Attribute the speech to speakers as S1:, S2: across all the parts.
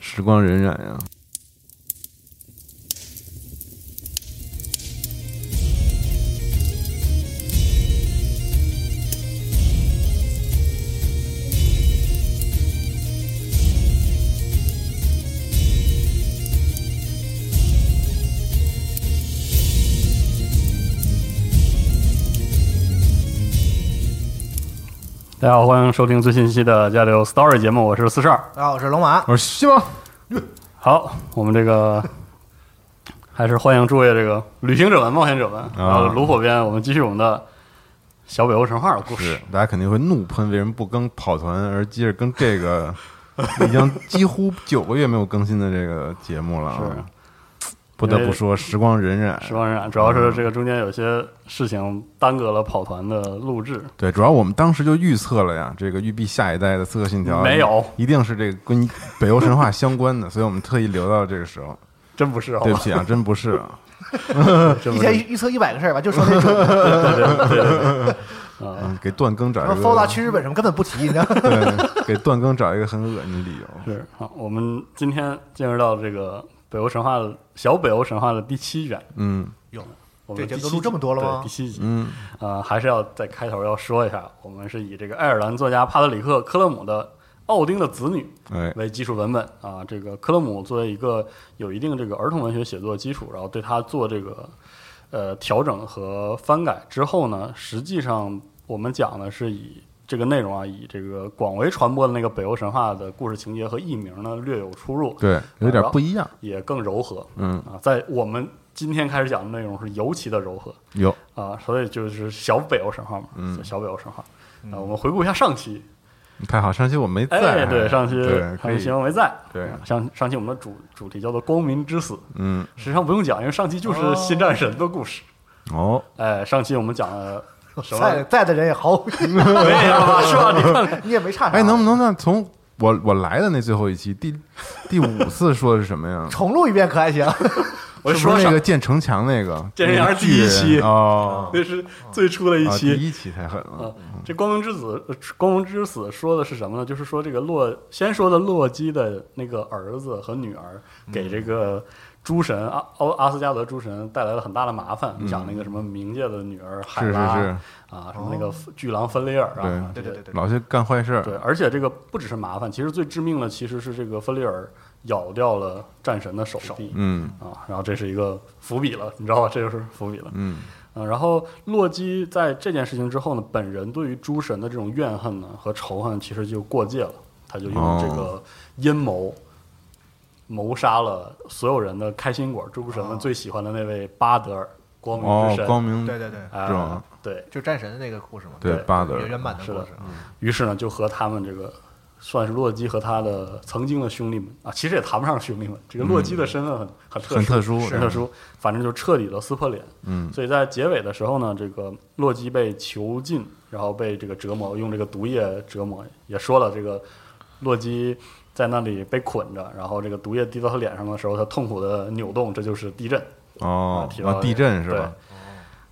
S1: 时光荏苒呀、
S2: 大家好，欢迎收听最新一期的《加流 Story》节目，我是四十二。
S3: 大家好，哦我是龙马。
S1: 我说希望
S2: 好，我们这个还是欢迎诸位这个旅行者们、冒险者们，然后卢火边，我们继续我们的小北欧神话的故事。
S1: 大家肯定会怒喷，为什么不更跑团，而接着更这个 已经几乎九个月没有更新的这个节目了啊！不得不说，时光荏苒。
S2: 时光荏苒，主要是这个中间有些事情耽搁了跑团的录制，
S1: 对，主要我们当时就预测了呀，这个育碧下一代的《刺客信条》
S2: 没有
S1: 一定是这个跟北欧神话相关 的，所以我们特意留到这个时 候。
S2: 真不是，好
S1: 对
S2: 吧
S1: 不？起啊，真不是 啊，
S2: 真
S3: 以
S2: 不是
S3: 前预预测一百个事儿吧，就说那 准。
S1: 嗯给断更找
S3: 什么
S1: 一
S3: Fola
S1: 个，
S3: 去日本什么根本不提，你知道 吗？
S1: 对，给断更找一个很恶心的理由。
S2: 是好，我们今天进入到这个北欧神话的小北欧神话的第七卷，
S1: 嗯
S2: 我们
S3: 对
S2: 第
S3: 这都
S2: 七
S3: 录这么多了
S2: 集
S3: 吗
S2: 对第七集，
S1: 嗯，
S2: 呃，还是要在开头要说一下，我们是以这个爱尔兰作家帕特里克·科勒姆的《奥丁的子女》
S1: 哎，
S2: 为基础文本啊。这个科勒姆作为一个有一定这个儿童文学写作基础，然后对他做这个呃调整和翻改之后呢，实际上我们讲的是以这个内容啊，以这个广为传播的那个北欧神话的故事情节和译名呢略有出入，呃
S1: 对，有点不一样。
S2: 也更柔和
S1: 嗯，
S2: 啊。在我们今天开始讲的内容是尤其的柔和。
S1: 有
S2: 啊，所以就是小北欧神话嘛，嗯、小北欧神话。啊，我们回顾一下上期，
S1: 太好，上期我没在，
S2: 哎，对，上期
S1: 对可
S2: 上期
S1: 以，
S2: 新闻没在，
S1: 对
S2: 啊上上期我们的主主题叫做“光明之死
S1: 嗯”，，
S2: 实际上不用讲，因为上期就是新战神的故事。
S1: 哦，
S2: 哎，上期我们讲了 什么？
S3: 在在的人也毫无，
S2: 没有啊吧？是吧？你看，
S3: 你也没差啥。？
S1: 哎，能不能那从我我来的那最后一期第第五次说的是什么呀
S3: 重录一遍可还行？
S2: 我就是
S1: 不
S2: 说
S1: 是那
S2: 上
S1: 个建城墙那个？
S2: 建城墙
S1: 那个巨人
S2: 第一期
S1: 哦，
S2: 那是最初的一
S1: 啊
S2: 期，
S1: 第一期太狠了
S2: 啊，，这光明之子，呃光明之死说的是什么呢？就是说这个洛，先说的洛基的那个儿子和女儿
S1: 嗯
S2: 给这个诸神阿奥阿斯加德诸神带来了很大的麻烦，讲那个什么冥界的女儿海
S1: 嗯是
S2: 拉
S1: 是是，
S2: 啊，什么那个巨狼芬雷尔啊，
S3: 哦对
S2: 这
S3: 对
S2: 些
S3: 对对，
S1: 老去干坏事儿，
S2: 对，而且这个不只是麻烦，其实最致命的其实是这个芬雷尔咬掉了战神的手臂，
S1: 嗯
S2: 啊，然后这是一个伏笔了，你知道吧？这就是伏笔了。
S1: 嗯
S2: 嗯，然后洛基在这件事情之后呢，本人对于诸神的这种怨恨呢和仇恨，其实就过界了，他就用这
S1: 哦
S2: 个阴谋谋杀了所有人的开心果，诸神们最喜欢的那位巴德尔，光明
S1: 哦
S2: 之神。，
S1: 光明
S3: 对对对，
S2: 哎
S1: 是吗
S2: 对，
S3: 就战神的那个故事嘛，
S1: 对
S2: 对
S1: 巴德
S3: 原
S1: 尔
S3: 原版的
S2: 是
S3: 故
S2: 的
S3: 事。啊
S2: 于是呢，就和他们这个算是洛基和他的曾经的兄弟们啊，其实也谈不上兄弟们。这个洛基的身份很、很特殊，
S1: 嗯很特殊
S2: 很特殊，反正就彻底的撕破脸。
S1: 嗯，
S2: 所以在结尾的时候呢，这个洛基被囚禁，然后被这个折磨，用这个毒液折磨。也说了，这个洛基在那里被捆着，然后这个毒液滴到他脸上的时候，他痛苦的扭动，这就是地震。
S1: 哦
S2: 啊，提到
S1: 啊，
S2: 了
S1: 地震是
S2: 对
S1: 吧？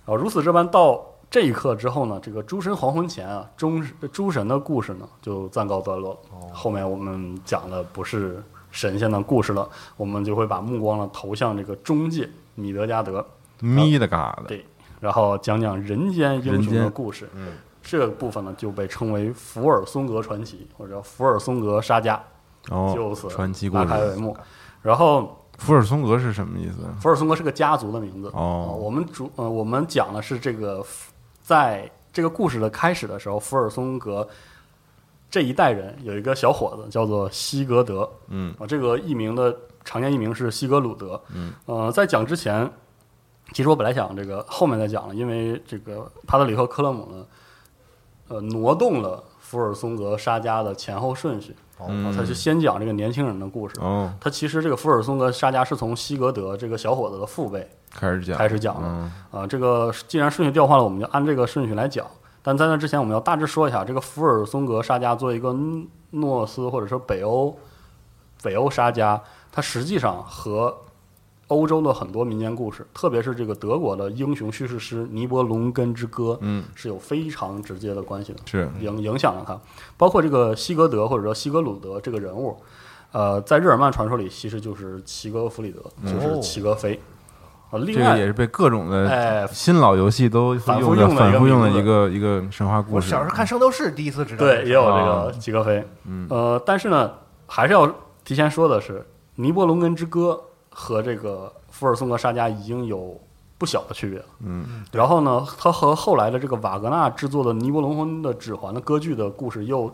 S2: 然后如此这般到这一刻之后呢，这个诸神黄昏前啊，中诸神的故事呢就暂告段落了。
S1: 哦
S2: 后面我们讲的不是神仙的故事了，我们就会把目光呢投向这个中介米德加德，
S1: 咪的嘎的，
S2: 对，然后讲讲人间英雄
S1: 人
S2: 的
S1: 间
S2: 故事。嗯，这个部分呢就被称为福尔松格传奇，或者叫福尔松格沙加。
S1: 哦
S2: 救死，
S1: 传奇故
S2: 拉
S1: 事
S2: 开帷幕。然后
S1: 福尔松格是什么意思？
S2: 福尔松格是个家族的名字。
S1: 哦
S2: 啊我们主呃，我们讲的是这个，在这个故事的开始的时候，福尔松格这一代人有一个小伙子叫做西格德，
S1: 嗯，
S2: 啊，这个艺名的常见艺名是西格鲁德，嗯，呃，在讲之前，其实我本来想这个后面再讲了，因为这个帕特里克科勒姆呢，呃，挪动了福尔松格杀家的前后顺序，
S1: 嗯
S2: 他就先讲这个年轻人的故事。
S1: 哦，
S2: 他其实这个福尔松格杀家是从西格德这个小伙子的父辈
S1: 开始讲，
S2: 开始讲的，
S1: 嗯
S2: 啊，这个既然顺序调换了，我们就按这个顺序来讲。但在那之前，我们要大致说一下这个福尔松格沙加作为一个诺斯或者说北欧北欧沙加，它实际上和欧洲的很多民间故事，特别是这个德国的英雄叙事诗《尼伯龙根之歌》，
S1: 嗯，
S2: 是有非常直接的关系的。
S1: 是
S2: 影影响了他。包括这个西格德或者说西格鲁德这个人物，呃，在日耳曼传说里其实就是齐格弗里德，就是齐格飞。啊，
S1: 哦这
S2: 另
S1: 个也
S2: 外
S1: 是被各种的
S2: 哎
S1: 新老游戏都
S2: 反复
S1: 用
S2: 用
S1: 的
S2: 的
S1: 反复用的
S2: 一个
S1: 一个一个神话故
S3: 我
S1: 事。嗯
S3: 小时候看《圣斗士》，第一次知道。
S2: 对也有这
S1: 啊嗯
S2: 个齐格飞。呃，但是呢，还是要提前说的是，《尼伯龙根之歌》和这个福尔松格沙加已经有不小的区别了。
S1: 嗯，
S2: 然后呢，它和后来的这个瓦格纳制作的《尼伯龙婚的指环》的歌剧的故事又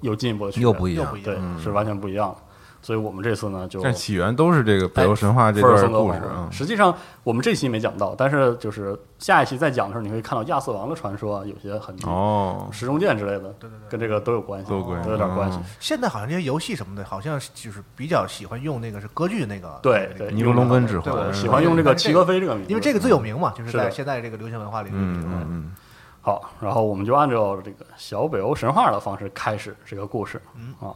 S2: 有进一步的区别，
S4: 又不一
S3: 又
S4: 样
S3: 不。一
S2: 对
S3: 样。，
S2: 是完全不一样的。所以我们这次呢，就
S1: 嗯但起源都是这个北欧神话这
S2: 哎福尔
S1: 段
S2: 松格
S1: 故
S2: 王
S1: 事啊。
S2: 实际上，我们这期没讲到，但是就是下一期再讲的时候，你会看到亚瑟王的传说啊有些痕迹，
S3: 嗯
S1: 哦，
S2: 石中剑之类的，跟这个都有关系，
S1: 都有关系
S2: 有点关系
S1: 哦。
S3: 现在好像这些游戏什么的，好像是就是比较喜欢用那个是歌剧那个。
S2: 对
S3: 那个
S2: 对，
S1: 尼罗龙根指
S3: 对
S1: 环
S3: 我
S2: 喜欢用这个齐格飞这个名字，
S3: 嗯因为这个最有名嘛，就是
S2: 是
S3: 在
S2: 的
S3: 现在这个流行文化里。
S1: 嗯嗯嗯，
S2: 好，然后我们就按照这个小北欧神话的方式开始这个故事。嗯啊，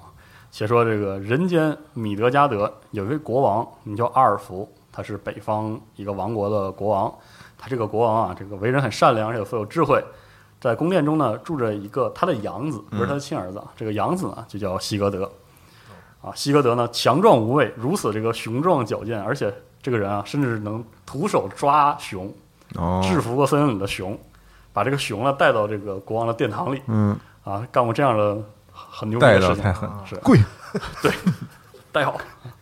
S2: 且说这个人间米德加德有一位国王，名叫阿尔福，他是北方一个王国的国王。他这个国王啊，这个为人很善良，而且富有智慧。在宫殿中呢，住着一个他的养子，不是他的亲儿子啊。这个养子呢，就叫西格德。啊，西格德呢，强壮无畏，如此这个雄壮矫健，而且这个人啊，甚至能徒手抓熊，制
S1: 哦，
S2: 服过森林里的熊，把这个熊呢带到这个国王的殿堂里
S1: 嗯，
S2: 啊，干过这样的很牛逼
S1: 带
S2: 的
S1: 到
S2: 事情
S1: 太，狠，
S2: 是
S1: 跪，
S2: 带好。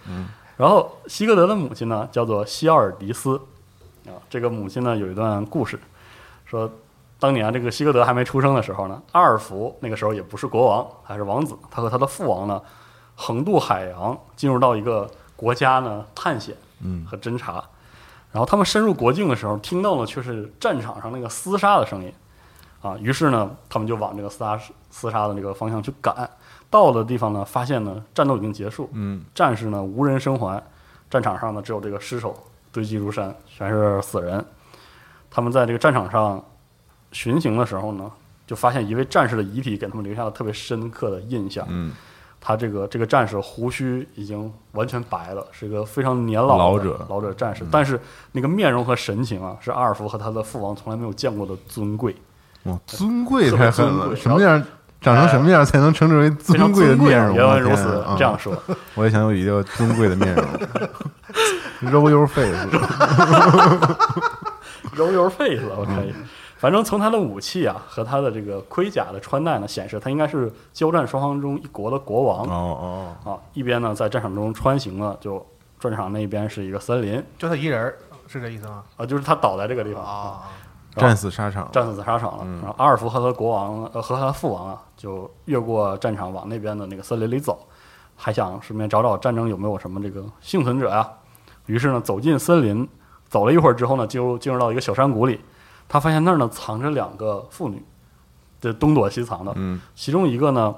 S1: 嗯
S2: 然后希格德的母亲呢，叫做希奥尔迪斯啊，这个母亲呢有一段故事，说当年这个希格德还没出生的时候呢，阿尔福那个时候也不是国王，还是王子，他和他的父王呢横渡海洋，进入到一个国家呢探险
S1: 嗯
S2: 和侦查。然后他们深入国境的时候，听到了却是战场上那个厮杀的声音，啊，于是呢，他们就往这个厮杀厮杀的这个方向去赶。到了地方呢，发现呢战斗已经结束，
S1: 嗯，
S2: 战士呢无人生还，战场上呢只有这个尸首堆积如山，全是死人。他们在这个战场上巡行的时候呢，就发现一位战士的遗体给他们留下了特别深刻的印象。
S1: 嗯，
S2: 他这个这个战士胡须已经完全白了，是一个非常年老的
S1: 老者嗯
S2: 老者战士，但是那个面容和神情啊，是阿尔福和他的父王从来没有见过的尊贵，
S1: 哇，尊贵
S2: 特别
S1: 太狠
S2: 尊
S1: 了，
S2: 贵
S1: 什么样？长成什么样才能称之为
S2: 非
S1: 尊
S2: 常
S1: 贵的
S2: 尊
S1: 面容啊？
S2: 原文如
S1: 天
S2: 此
S1: 啊
S2: 这样说。
S1: 我也想有一个尊贵的面容，roll your face，
S2: 揉揉肺子，我
S1: 嗯
S2: 可以。反正从他的武器啊和他的这个盔甲的穿戴呢，显示他应该是交战双方中一国的国
S1: 哦
S2: 王
S1: 哦，
S2: 啊。一边呢在战场中穿行了，就战场那边是一个森林
S3: 就他一人儿是这意思吗？
S2: 啊，就是他倒在这个地方，
S3: 啊，
S1: 战死沙场，嗯
S2: 战死在沙场了。然后阿尔福和他国王呃和他的父王啊，就越过战场往那边的那个森林里走，还想顺便找找战争有没有什么这个幸存者呀、于是呢，走进森林，走了一会儿之后呢，进入进入到一个小山谷里，他发现那儿呢藏着两个妇女，这东躲西藏的。
S1: 嗯
S2: 其中一个呢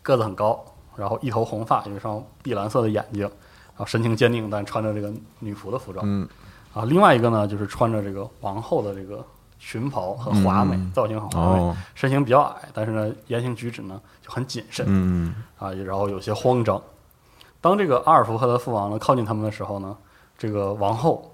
S2: 个子很高，然后一头红发，有一双碧蓝色的眼睛，然后神情坚定，但穿着这个女仆的服装。
S1: 嗯
S2: 啊，另外一个呢，就是穿着这个王后的这个裙袍很华美，
S1: 嗯
S2: 造型很华美，
S1: 哦
S2: 身形比较矮，但是呢，言行举止呢就很谨慎、
S1: 嗯，
S2: 啊，然后有些慌张。当这个阿尔福和他父王呢靠近他们的时候呢，这个王后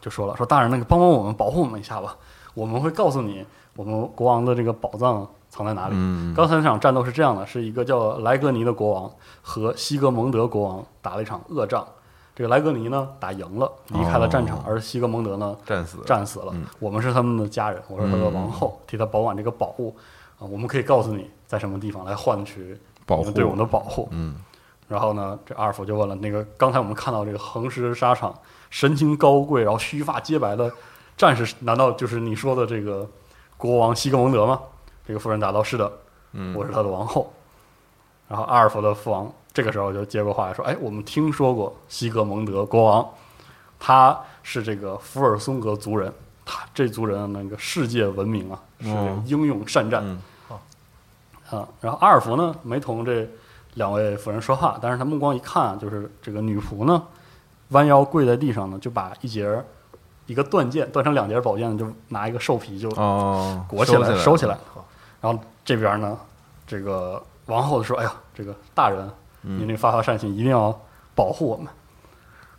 S2: 就说了：“说大人，那个帮帮我们，保护我们一下吧，我们会告诉你我们国王的这个宝藏藏在哪里。
S1: 嗯
S2: 刚才那场战斗是这样的，是一个叫莱格尼的国王和西格蒙德国王打了一场恶仗。这个莱格尼呢打赢了，离开了战场，
S1: 哦
S2: 而西格蒙德呢
S1: 战死，嗯
S2: 战死了。我们是他们的家人，我是他的王后，替他保管这个呃宝物啊。我们可以告诉你在什么地方来换取
S1: 保
S2: 你
S1: 护
S2: 们对我们的保护。嗯，然后呢，这阿尔弗就问了，那个刚才我们看到这个横尸沙场，神情高贵，然后须发皆白的战士，难道就是你说的这个国王西格蒙德吗？这个夫人答道：“是的，
S1: 嗯
S2: 我是他的王后。然后阿尔弗的父王这个时候就接过话来说：“哎，我们听说过西格蒙德国王，他是这个福尔松格族人，他这族人那个世界闻名啊，是这个
S1: 哦
S2: 英勇善战。
S1: 嗯
S2: 啊，然后阿尔弗呢没同这两位夫人说话，但是他目光一看，就是这个女仆呢弯腰跪在地上呢，就把一节儿一个断剑断成两截宝剑，就拿一个兽皮就
S1: 哦，
S2: 裹起
S1: 收
S2: 来，
S1: 来，
S2: 收起来
S3: 好。
S2: 然后这边呢，这个王后说：“哎呀，这个大人，您这发发善心，一定要保护我们。”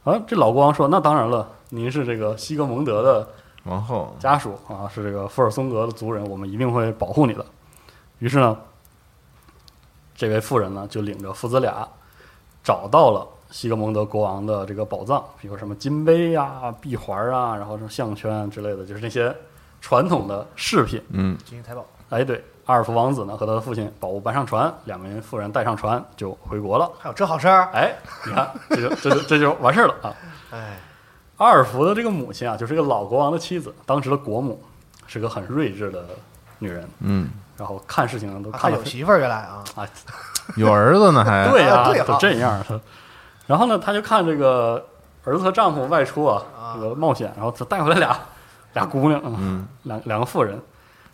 S2: 啊，这老国王说：“那当然了，您是这个西格蒙德的
S1: 王后，
S2: 家属啊，是这个福尔松格的族人，我们一定会保护你的。于是呢，这位妇人呢就领着父子俩找到了西格蒙德国王的这个宝藏，比如什么金杯啊、闭环啊，然后什么项圈之类的，就是那些传统的饰品。
S1: 嗯，
S3: 金银财宝，
S2: 哎，对，阿尔弗王子呢和他的父亲保护搬上船，两名妇人带上船就回国了。
S3: 还有这好事儿？
S2: 哎，你看，这就这就这就完事儿了啊！
S3: 哎，
S2: 阿尔弗的这个母亲啊，就是一个老国王的妻子，当时的国母，是个很睿智的女人。
S1: 嗯，
S2: 然后看事情呢都
S3: 啊
S2: 看
S3: 他
S2: 得
S3: 有
S2: 非
S3: 媳妇儿原来 啊，
S2: 啊，
S1: 有儿子呢还，
S2: 对呀、
S3: 啊对啊
S2: 都哎这样的。 然后呢，他就看这个儿子和丈夫外出啊，
S3: 啊
S2: 这个冒险，然后他带回来俩俩姑娘，
S1: 嗯，
S2: 两两个妇人。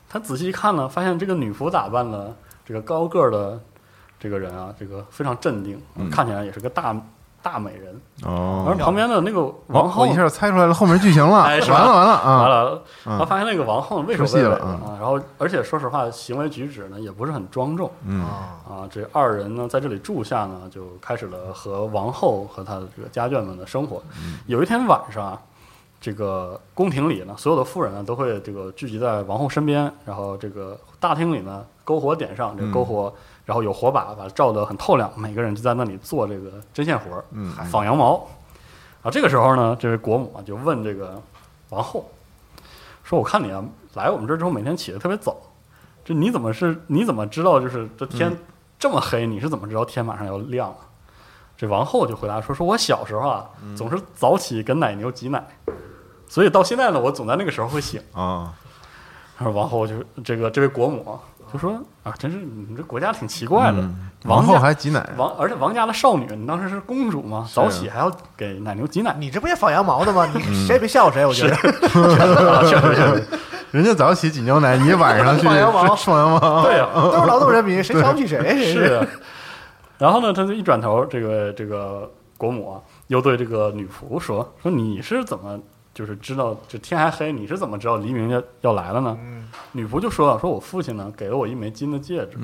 S2: 他仔细一看呢，发现这个女仆打扮了这个高个儿的这个人啊，这个非常镇定，看起来也是个大大美人。而
S1: 嗯哦，
S2: 旁边的那个王
S1: 王
S2: 后
S1: 我一下猜出来了后面剧情了，
S2: 哎
S1: 完
S2: 是
S1: 了
S2: 吧
S1: 完了
S2: 完
S1: 啊，
S2: 了，
S1: 嗯
S2: 他发现那个王后畏首
S1: 出戏
S2: 畏尾
S1: 了
S2: 的啊，然后而且说实话，行为举止呢也不是很庄重。
S1: 嗯，
S3: 啊，
S2: 啊，这二人呢在这里住下呢，就开始了和王后和她的这个家眷们的生活。有一天晚上啊，这个宫廷里呢，所有的妇人呢都会这个聚集在王后身边，然后这个大厅里呢篝火点上，这个篝火，然后有火把把它照得很透亮，每个人就在那里做这个针线活儿，
S1: 嗯
S2: 纺羊毛。啊，这个时候呢，这位国母啊就问这个王后说：“我看你啊，来我们这儿之后每天起得特别早，这你怎么是？你怎么知道就是这天
S1: 嗯
S2: 这么黑？你是怎么知道天马上要亮了？”这王后就回答说：“说我小时候啊，
S1: 嗯
S2: 总是早起跟奶牛挤奶，所以到现在呢，我总在那个时候会醒。”
S1: 哦，
S2: 然后王后就这个这位国母啊就说：“啊，真是你们这国家挺奇怪的，
S1: 嗯
S2: 王
S1: 王后
S2: 家
S1: 还啊挤奶，
S2: 王而且王家的少女，你当时是公主吗？早起还要给奶牛挤奶。”
S3: 你这不也放羊毛的吗？你谁也别笑话谁，我觉得
S2: 啊
S1: 人家早起挤牛奶，你晚上去
S3: 放羊毛
S1: 涮羊毛，
S2: 对呀、
S3: 都是劳动人民，谁瞧不起谁？
S2: 是啊。 然后呢，他就一转头，这个这个国母啊，又对这个女仆说：“说你是怎么就是知道这天还黑，你是怎么知道黎明要要来了呢？”女仆就说了：“说我父亲呢给了我一枚金的戒指，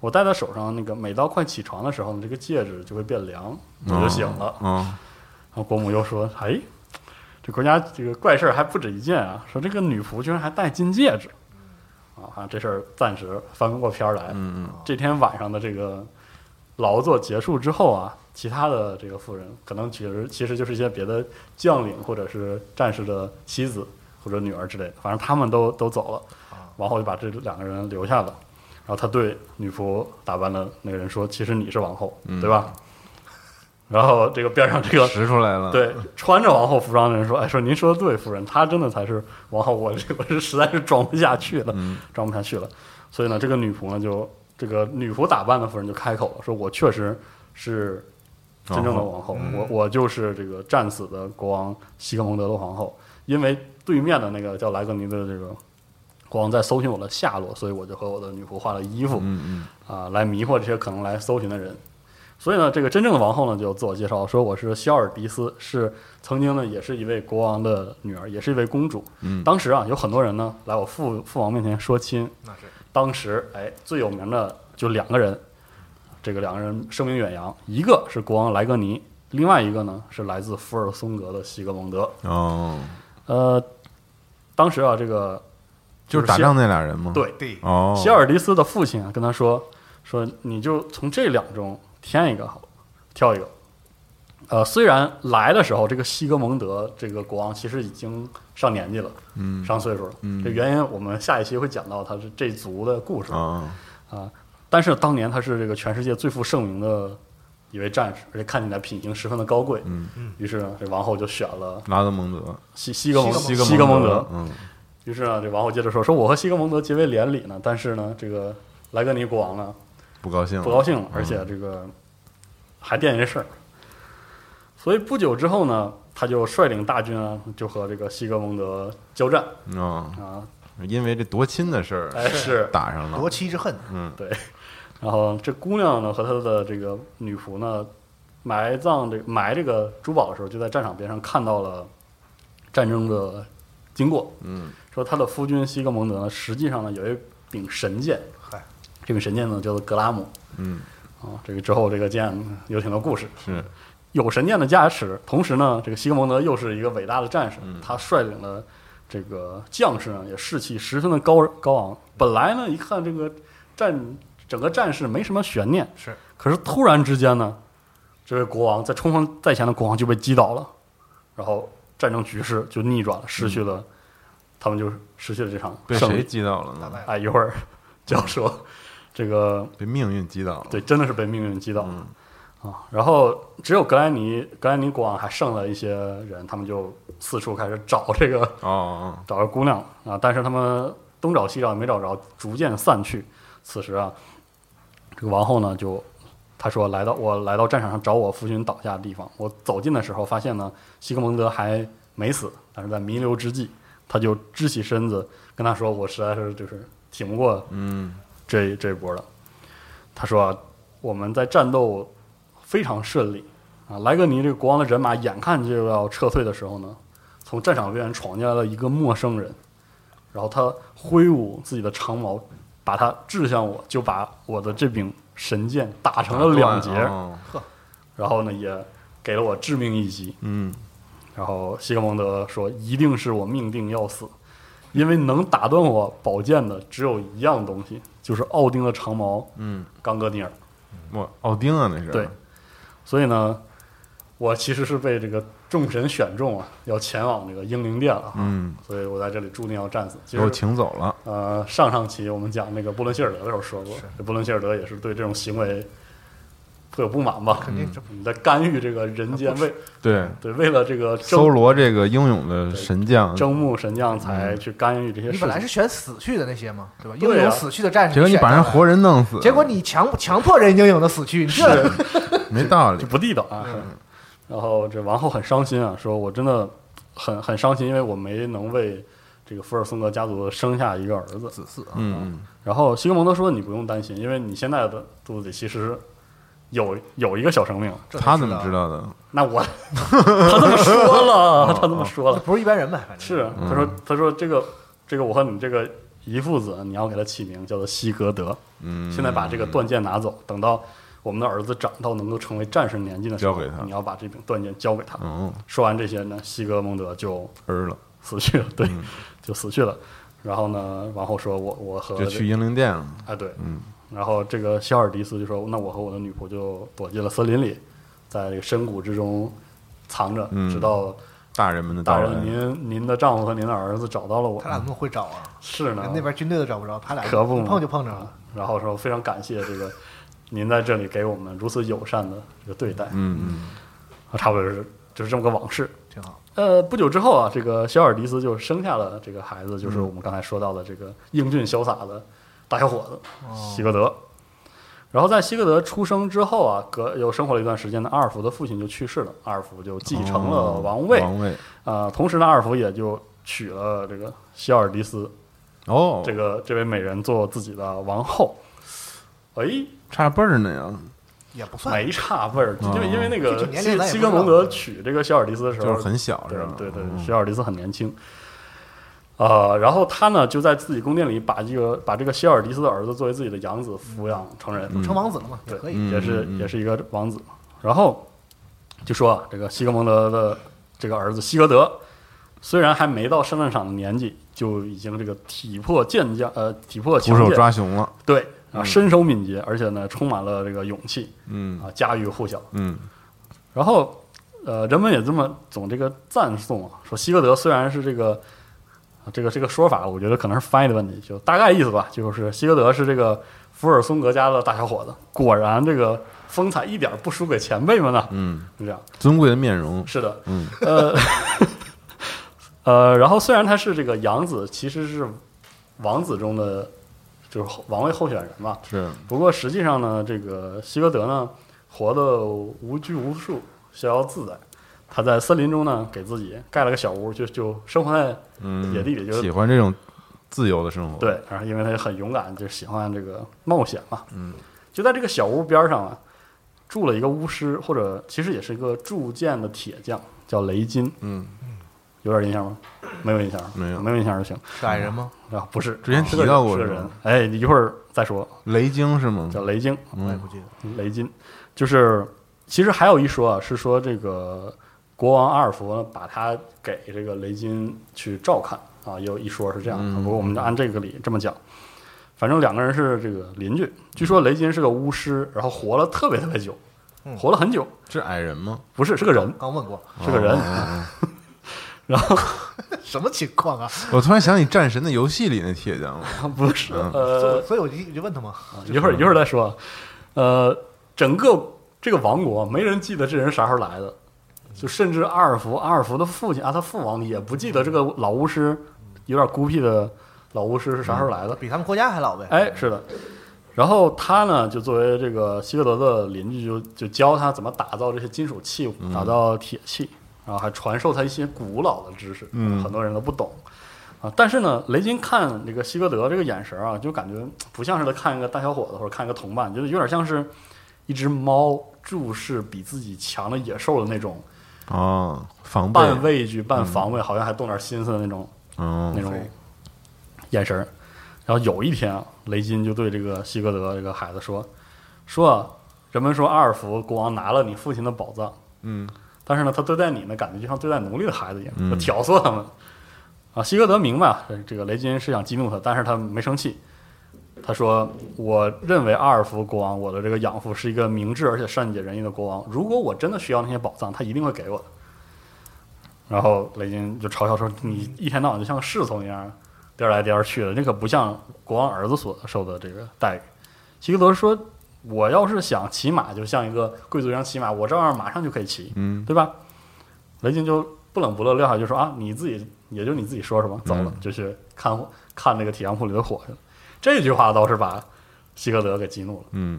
S2: 我戴在手上，那个每到快起床的时候呢，这个戒指就会变凉，我就醒了。
S1: 嗯，
S2: 然后国母又说：“哎，这国家这个怪事儿还不止一件啊！说这个女仆居然还戴金戒指，啊，好像这事儿暂时翻不过篇儿来。嗯嗯，这天晚上的这个劳作结束之后啊，其他的这个妇人可能其实其实就是一些别的将领或者是战士的妻子或者女儿之类的，反正他们都都走了，王后就把这两个人留下了。”然后他对女仆打扮的那个人说：“其实你是王后，对吧？”然后这个边上这个
S1: 拾出来了，，
S2: 对，穿着王后服装的人说：“哎，说您说的对，夫人，她真的才是王后，我这我是实在是装不下去了，
S1: 嗯
S2: 装不下去了。”所以呢，这个女仆呢，就这个女仆打扮的夫人就开口了，说：“我确实是真正的王后，
S1: 嗯
S2: 我我就是这个战死的国王西格蒙德的皇后，因为对面的那个叫莱格尼的这个国王在搜寻我的下落，所以我就和我的女仆换了衣服，
S1: 嗯
S2: 啊，来迷惑这些可能来搜寻的人。所以呢，这个真正的王后呢，就自我介绍说：“我是肖尔迪斯，是曾经呢，也是一位国王的女儿，也是一位公主。
S1: 嗯
S2: 当时啊，有很多人呢来我父父王面前说亲。
S3: 那是
S2: 当时，哎，最有名的就两个人，这个两个人声名远扬，一个是国王莱格尼，另外一个呢是来自福尔松格的西格蒙德。
S1: 嗯，哦，
S2: 呃，当时啊，这个
S1: 就是打
S2: 希
S1: 仗那俩人吗？，
S2: 对
S3: 对，
S1: 哦，
S2: 希尔迪斯的父亲啊，跟他说说你就从这两中添一个好，挑一个。呃，虽然来的时候这个西格蒙德这个国王其实已经上年纪了，嗯，上岁数了，嗯，这原因我们下一期会讲到他是这族的故事，
S1: 啊，
S2: 但是当年他是这个全世界最负盛名的一位战士，而且看起来品行十分的高贵。嗯嗯。于是呢，这王后就选了
S1: 拉德蒙德，
S2: 西西格蒙
S3: 西
S1: 格
S2: 西格蒙
S1: 德，嗯，
S2: 于是呢，这王后接着说：“说我和西格蒙德结为连理呢，但是呢，这个莱格尼国王啊呢
S1: 不高兴了，
S2: 不高兴了，而且这个还惦记这事儿。所以不久之后呢，他就率领大军啊，就和这个西格蒙德交战
S1: 嗯啊，
S2: 啊，
S1: 因为这夺亲的事
S2: 哎
S1: 儿
S2: 是
S1: 打上了
S3: 夺，妻之恨，
S2: 对。然后这姑娘呢和她的这个女仆呢，埋葬这埋这个珠宝的时候，就在战场边上看到了战争的经过。
S1: 嗯，
S2: 说他的夫君西格蒙德呢，实际上呢有一柄神剑，
S3: 嗨，
S2: 这柄神剑呢叫做格拉姆。
S1: 嗯，
S2: 啊，这个之后这个剑有挺多故事。
S1: 是
S2: 有神剑的加持，同时呢，这个西格蒙德又是一个伟大的战士，
S1: 嗯
S2: 他率领了这个将士呢，也士气十分的高高昂。本来呢，一看这个战整个战事没什么悬念，
S3: 是，
S2: 可是突然之间呢，这位国王在冲锋在前的国王就被击倒了，然后战争局势就逆转了，失去了，他们就失去了这场
S1: 嗯被
S2: 胜
S1: 谁
S2: 利。
S1: 击倒了
S3: 打败
S1: 呢？
S3: 了
S2: 哎，一会儿 就要说这个
S1: 被命运击倒了，
S2: 对，真的是被命运击倒了、啊！然后只有格兰尼，格兰尼国王还剩了一些人，他们就四处开始找这个
S1: 哦哦，
S2: 找这姑娘啊，但是他们东找西找也没找着，逐渐散去。此时啊，这个王后呢就她说来到我来到战场上找我夫君倒下的地方，我走近的时候发现呢，西格蒙德还没死，但是在弥留之际，他就支起身子跟他说，我实在是就是挺不过
S1: 嗯
S2: 这这一波了。他说、啊，我们在战斗非常顺利啊，莱格尼这个国王的人马眼看就要撤退的时候呢，从战场边闯进来了一个陌生人，然后他挥舞自己的长矛，把他掷向我，就把我的这柄神剑打成了两截，
S1: 哦
S2: 然后呢也给了我致命一击。
S1: 嗯，
S2: 然后西格蒙德说：“一定是我命定要死，因为能打断我宝剑的只有一样东西，就是奥丁的长矛，
S1: 嗯，
S2: 冈格尼尔。
S1: 我奥丁啊，那是
S2: 对，所以呢，我其实是被这个众神选中啊，要前往这个英灵殿了。啊
S1: 嗯，
S2: 所以我在这里注定要战死。其
S1: 给我
S2: 实，
S1: 请走了，
S2: 呃，上上期我们讲那个布伦希尔德的时候说过，这布伦希尔德也是对这种行为颇有不满吧？
S3: 肯定这
S2: 你在干预这个人
S1: 啊
S2: 间为
S1: 对，
S2: 对为了这个争
S1: 搜罗这个英勇的神将，
S2: 征募神将才去干预这些事
S3: 你
S2: 情。
S3: 本来是选死去的那些嘛，对吧？
S2: 对啊
S3: 英勇死去的战士，
S1: 哎结果你
S3: 选
S1: 把
S3: 上
S1: 人
S3: 来
S1: 活人弄死，
S3: 结果你强强迫人英勇的死去，你这
S1: 没道理
S2: 就，不地道啊。 然后这王后很伤心啊，说我真的很很伤心，因为我没能为这个福尔松格家族生下一个儿子。
S3: 子嗣啊，
S1: 嗯，
S2: 然后西格蒙德说：“你不用担心，因为你现在的肚子里其实有有一个小生命。
S3: 这
S1: 嗯
S3: 才
S1: 他怎么
S3: 道
S1: 知道的？
S2: 那我 他这么说了，他这么说
S3: 这
S2: 了，
S3: 不是一般人吧？反正
S2: 是
S1: 嗯
S2: 啊他说他说这个这个我和你这个姨父子，你要给他起名叫做西格德。
S1: 嗯，
S2: 现在把这个断剑拿走，等到我们的儿子长到能够成为战士年纪的时候，
S1: 交给他
S2: 你要把这柄断剑交给他。
S1: 嗯
S2: 说完这些呢，西格蒙德就
S1: 儿了，
S2: 死去了，
S1: 嗯
S2: 对，就死去了。然后呢，王后说我我和
S1: 就去英灵殿了，
S2: 啊对，嗯。然后这个肖尔迪斯就说，那我和我的女仆就躲进了森林里，在这个深谷之中藏着，
S1: 嗯
S2: 直到
S1: 大人们的
S2: 大
S1: 到
S2: 人
S1: 来，
S2: 您您的丈夫和您的儿子找到了我
S3: 他，俩那么会找啊？
S2: 是呢，
S3: 那边军队都找不着，他俩
S2: 嗯可不嘛啊
S3: 一碰就碰着了。
S2: 然后说非常感谢这个您在这里给我们如此友善的这个对待，
S1: 嗯
S2: 啊差不多是就是这么个往事。
S3: 挺好。
S2: 呃，不久之后啊，这个小尔迪斯就生下了这个孩子，
S1: 嗯
S2: 就是我们刚才说到的这个英俊潇洒的大小伙
S3: 哦
S2: 子西格德。然后在西格德出生之后啊，隔又生活了一段时间呢，阿尔福的父亲就去世了，阿尔福就继
S1: 嗯，
S2: 承了王位
S1: 位，，王位，
S2: 啊、同时呢，阿尔福也就娶了这个西尔迪斯
S1: 哦，
S2: 这个这位美人做自己的王后。哎，
S1: 差辈儿呢呀，
S3: 也不算，
S2: 没差辈儿，因为
S1: 哦
S2: 因为那
S3: 具
S2: 个
S3: 体年
S2: 西
S3: 龄咱也
S2: 西
S3: 不
S2: 格
S3: 知道
S2: 蒙德娶这个西尔迪斯的时候
S1: 就是很小是
S2: 对
S1: 吧？
S2: 对对
S1: 嗯，
S2: 西奥尔迪斯很年轻。呃，然后他呢就在自己宫殿里把这个把这个西奥尔迪斯的儿子作为自己的养子抚养成人，
S3: 成王子了嘛，也
S2: 对
S3: 可，以。
S2: 也是
S1: 嗯嗯嗯
S2: 也是一个王子。然后就说啊，这个西格蒙德的这个儿子西格德，虽然还没到上战场的年纪，就已经这个体魄健将，呃，体魄
S1: 徒
S2: 强
S1: 手
S2: 健，
S1: 抓熊了，
S2: 对啊，身手敏捷，而且呢充满了这个勇气
S1: 嗯
S2: 啊，家喻户晓。
S1: 嗯，
S2: 然后，呃，人们也这么总这个赞颂啊，说希格德虽然是这个啊这个这个说法，我觉得可能是翻译的问题，就大概意思吧，就是希格德是这个。福尔松格家的大小伙子，果然这个风采一点不输给前辈们呢。
S1: 嗯，
S2: 是这样，
S1: 尊贵的面容，
S2: 是的，
S1: 嗯，
S2: 呃， 呃，然后虽然他是这个养子，其实是王子中的就是后王位候选人嘛，
S1: 是
S2: 不过实际上呢，这个希格德呢，活得无拘无束，逍遥自在。他在森林中呢，给自己盖了个小屋，就就生活在
S1: 嗯，
S2: 野地里就是
S1: 喜欢这种自由的生活。，
S2: 对，然后因为他也很勇敢，就喜欢这个冒险嘛。嗯，就在这个小屋边儿上啊，住了一个巫师，或者其实也是一个铸剑的铁匠，叫雷金。
S1: 嗯，
S2: 有点印象吗？没有印象，
S1: 没有
S2: 没有印象就行。
S3: 是矮人吗？
S2: 啊，不是，
S1: 之前
S2: 是
S1: 提
S2: 个
S1: 到过
S2: 是个
S1: 是
S2: 人
S1: 吧。
S2: 哎，你一会儿再说，
S1: 雷晶是吗？
S2: 叫雷晶。
S3: 我也不记得。
S2: 雷金，就是其实还有一说啊，是说这个国王阿尔弗把他给这个雷金去照看啊，也有一说是这样的。不过我们就按这个理这么讲，反正两个人是这个邻居。据说雷金是个巫师，然后活了特别特别久，活了很久，
S1: 是矮人吗？
S2: 不是是个人，
S3: 刚问过，
S2: 是个人。 然后
S3: 什么情况啊？
S1: 我突然想起《战神》的游戏里那铁匠了。
S2: 不是
S3: 所
S2: 呃
S3: 以，所以我就就问他嘛，
S2: 啊一会儿一会儿再说。呃，整个这个王国没人记得这人啥时候来的，就甚至阿尔弗阿尔弗的父亲啊，他父王也不记得这个老巫师，有点孤僻的老巫师是啥时候来的。
S3: 比他们国家还老呗。
S2: 哎，是的。然后他呢，就作为这个希格德的邻居就，就教他怎么打造这些金属器物，打造铁器，然后还传授他一些古老的知识，
S1: 嗯
S2: 很多人都不懂啊。但是呢，雷金看这个希格德这个眼神啊，就感觉不像是在看一个大小伙子或者看一个同伴，就是有点像是一只猫注视比自己强的野兽的那种，
S1: 哦，防备。
S2: 半畏惧半防卫，好像还动点心思的那种
S1: 哦
S2: 那，种眼神儿。然后有一天啊，雷金就对这个希格德这个孩子说：“说啊，人们说阿尔弗国王拿了你父亲的宝藏，
S1: 嗯，
S2: 但是呢，他对待你呢，感觉就像对待奴隶的孩子一样，
S1: 嗯
S2: 他挑唆他们。”啊，希格德明白啊这个雷金是想激怒他，但是他没生气。他说：“我认为阿尔弗国王，我的这个养父是一个明智而且善解人意的国王。如果我真的需要那些宝藏，他一定会给我的。”然后雷金就嘲笑说：“你一天到晚就像个侍从一样，颠来颠去的，那可不像国王儿子所受的这个待遇。”希格德说：“我要是想骑马，就像一个贵族一样骑马，我照样马上就可以骑，
S1: 嗯，
S2: 对吧？”雷金就不冷不热撂下就说：“啊，你自己也就你自己说说吧。”走了，就去看火看那个铁匠铺里的火去了。这句话倒是把希格德给激怒了。
S1: 嗯，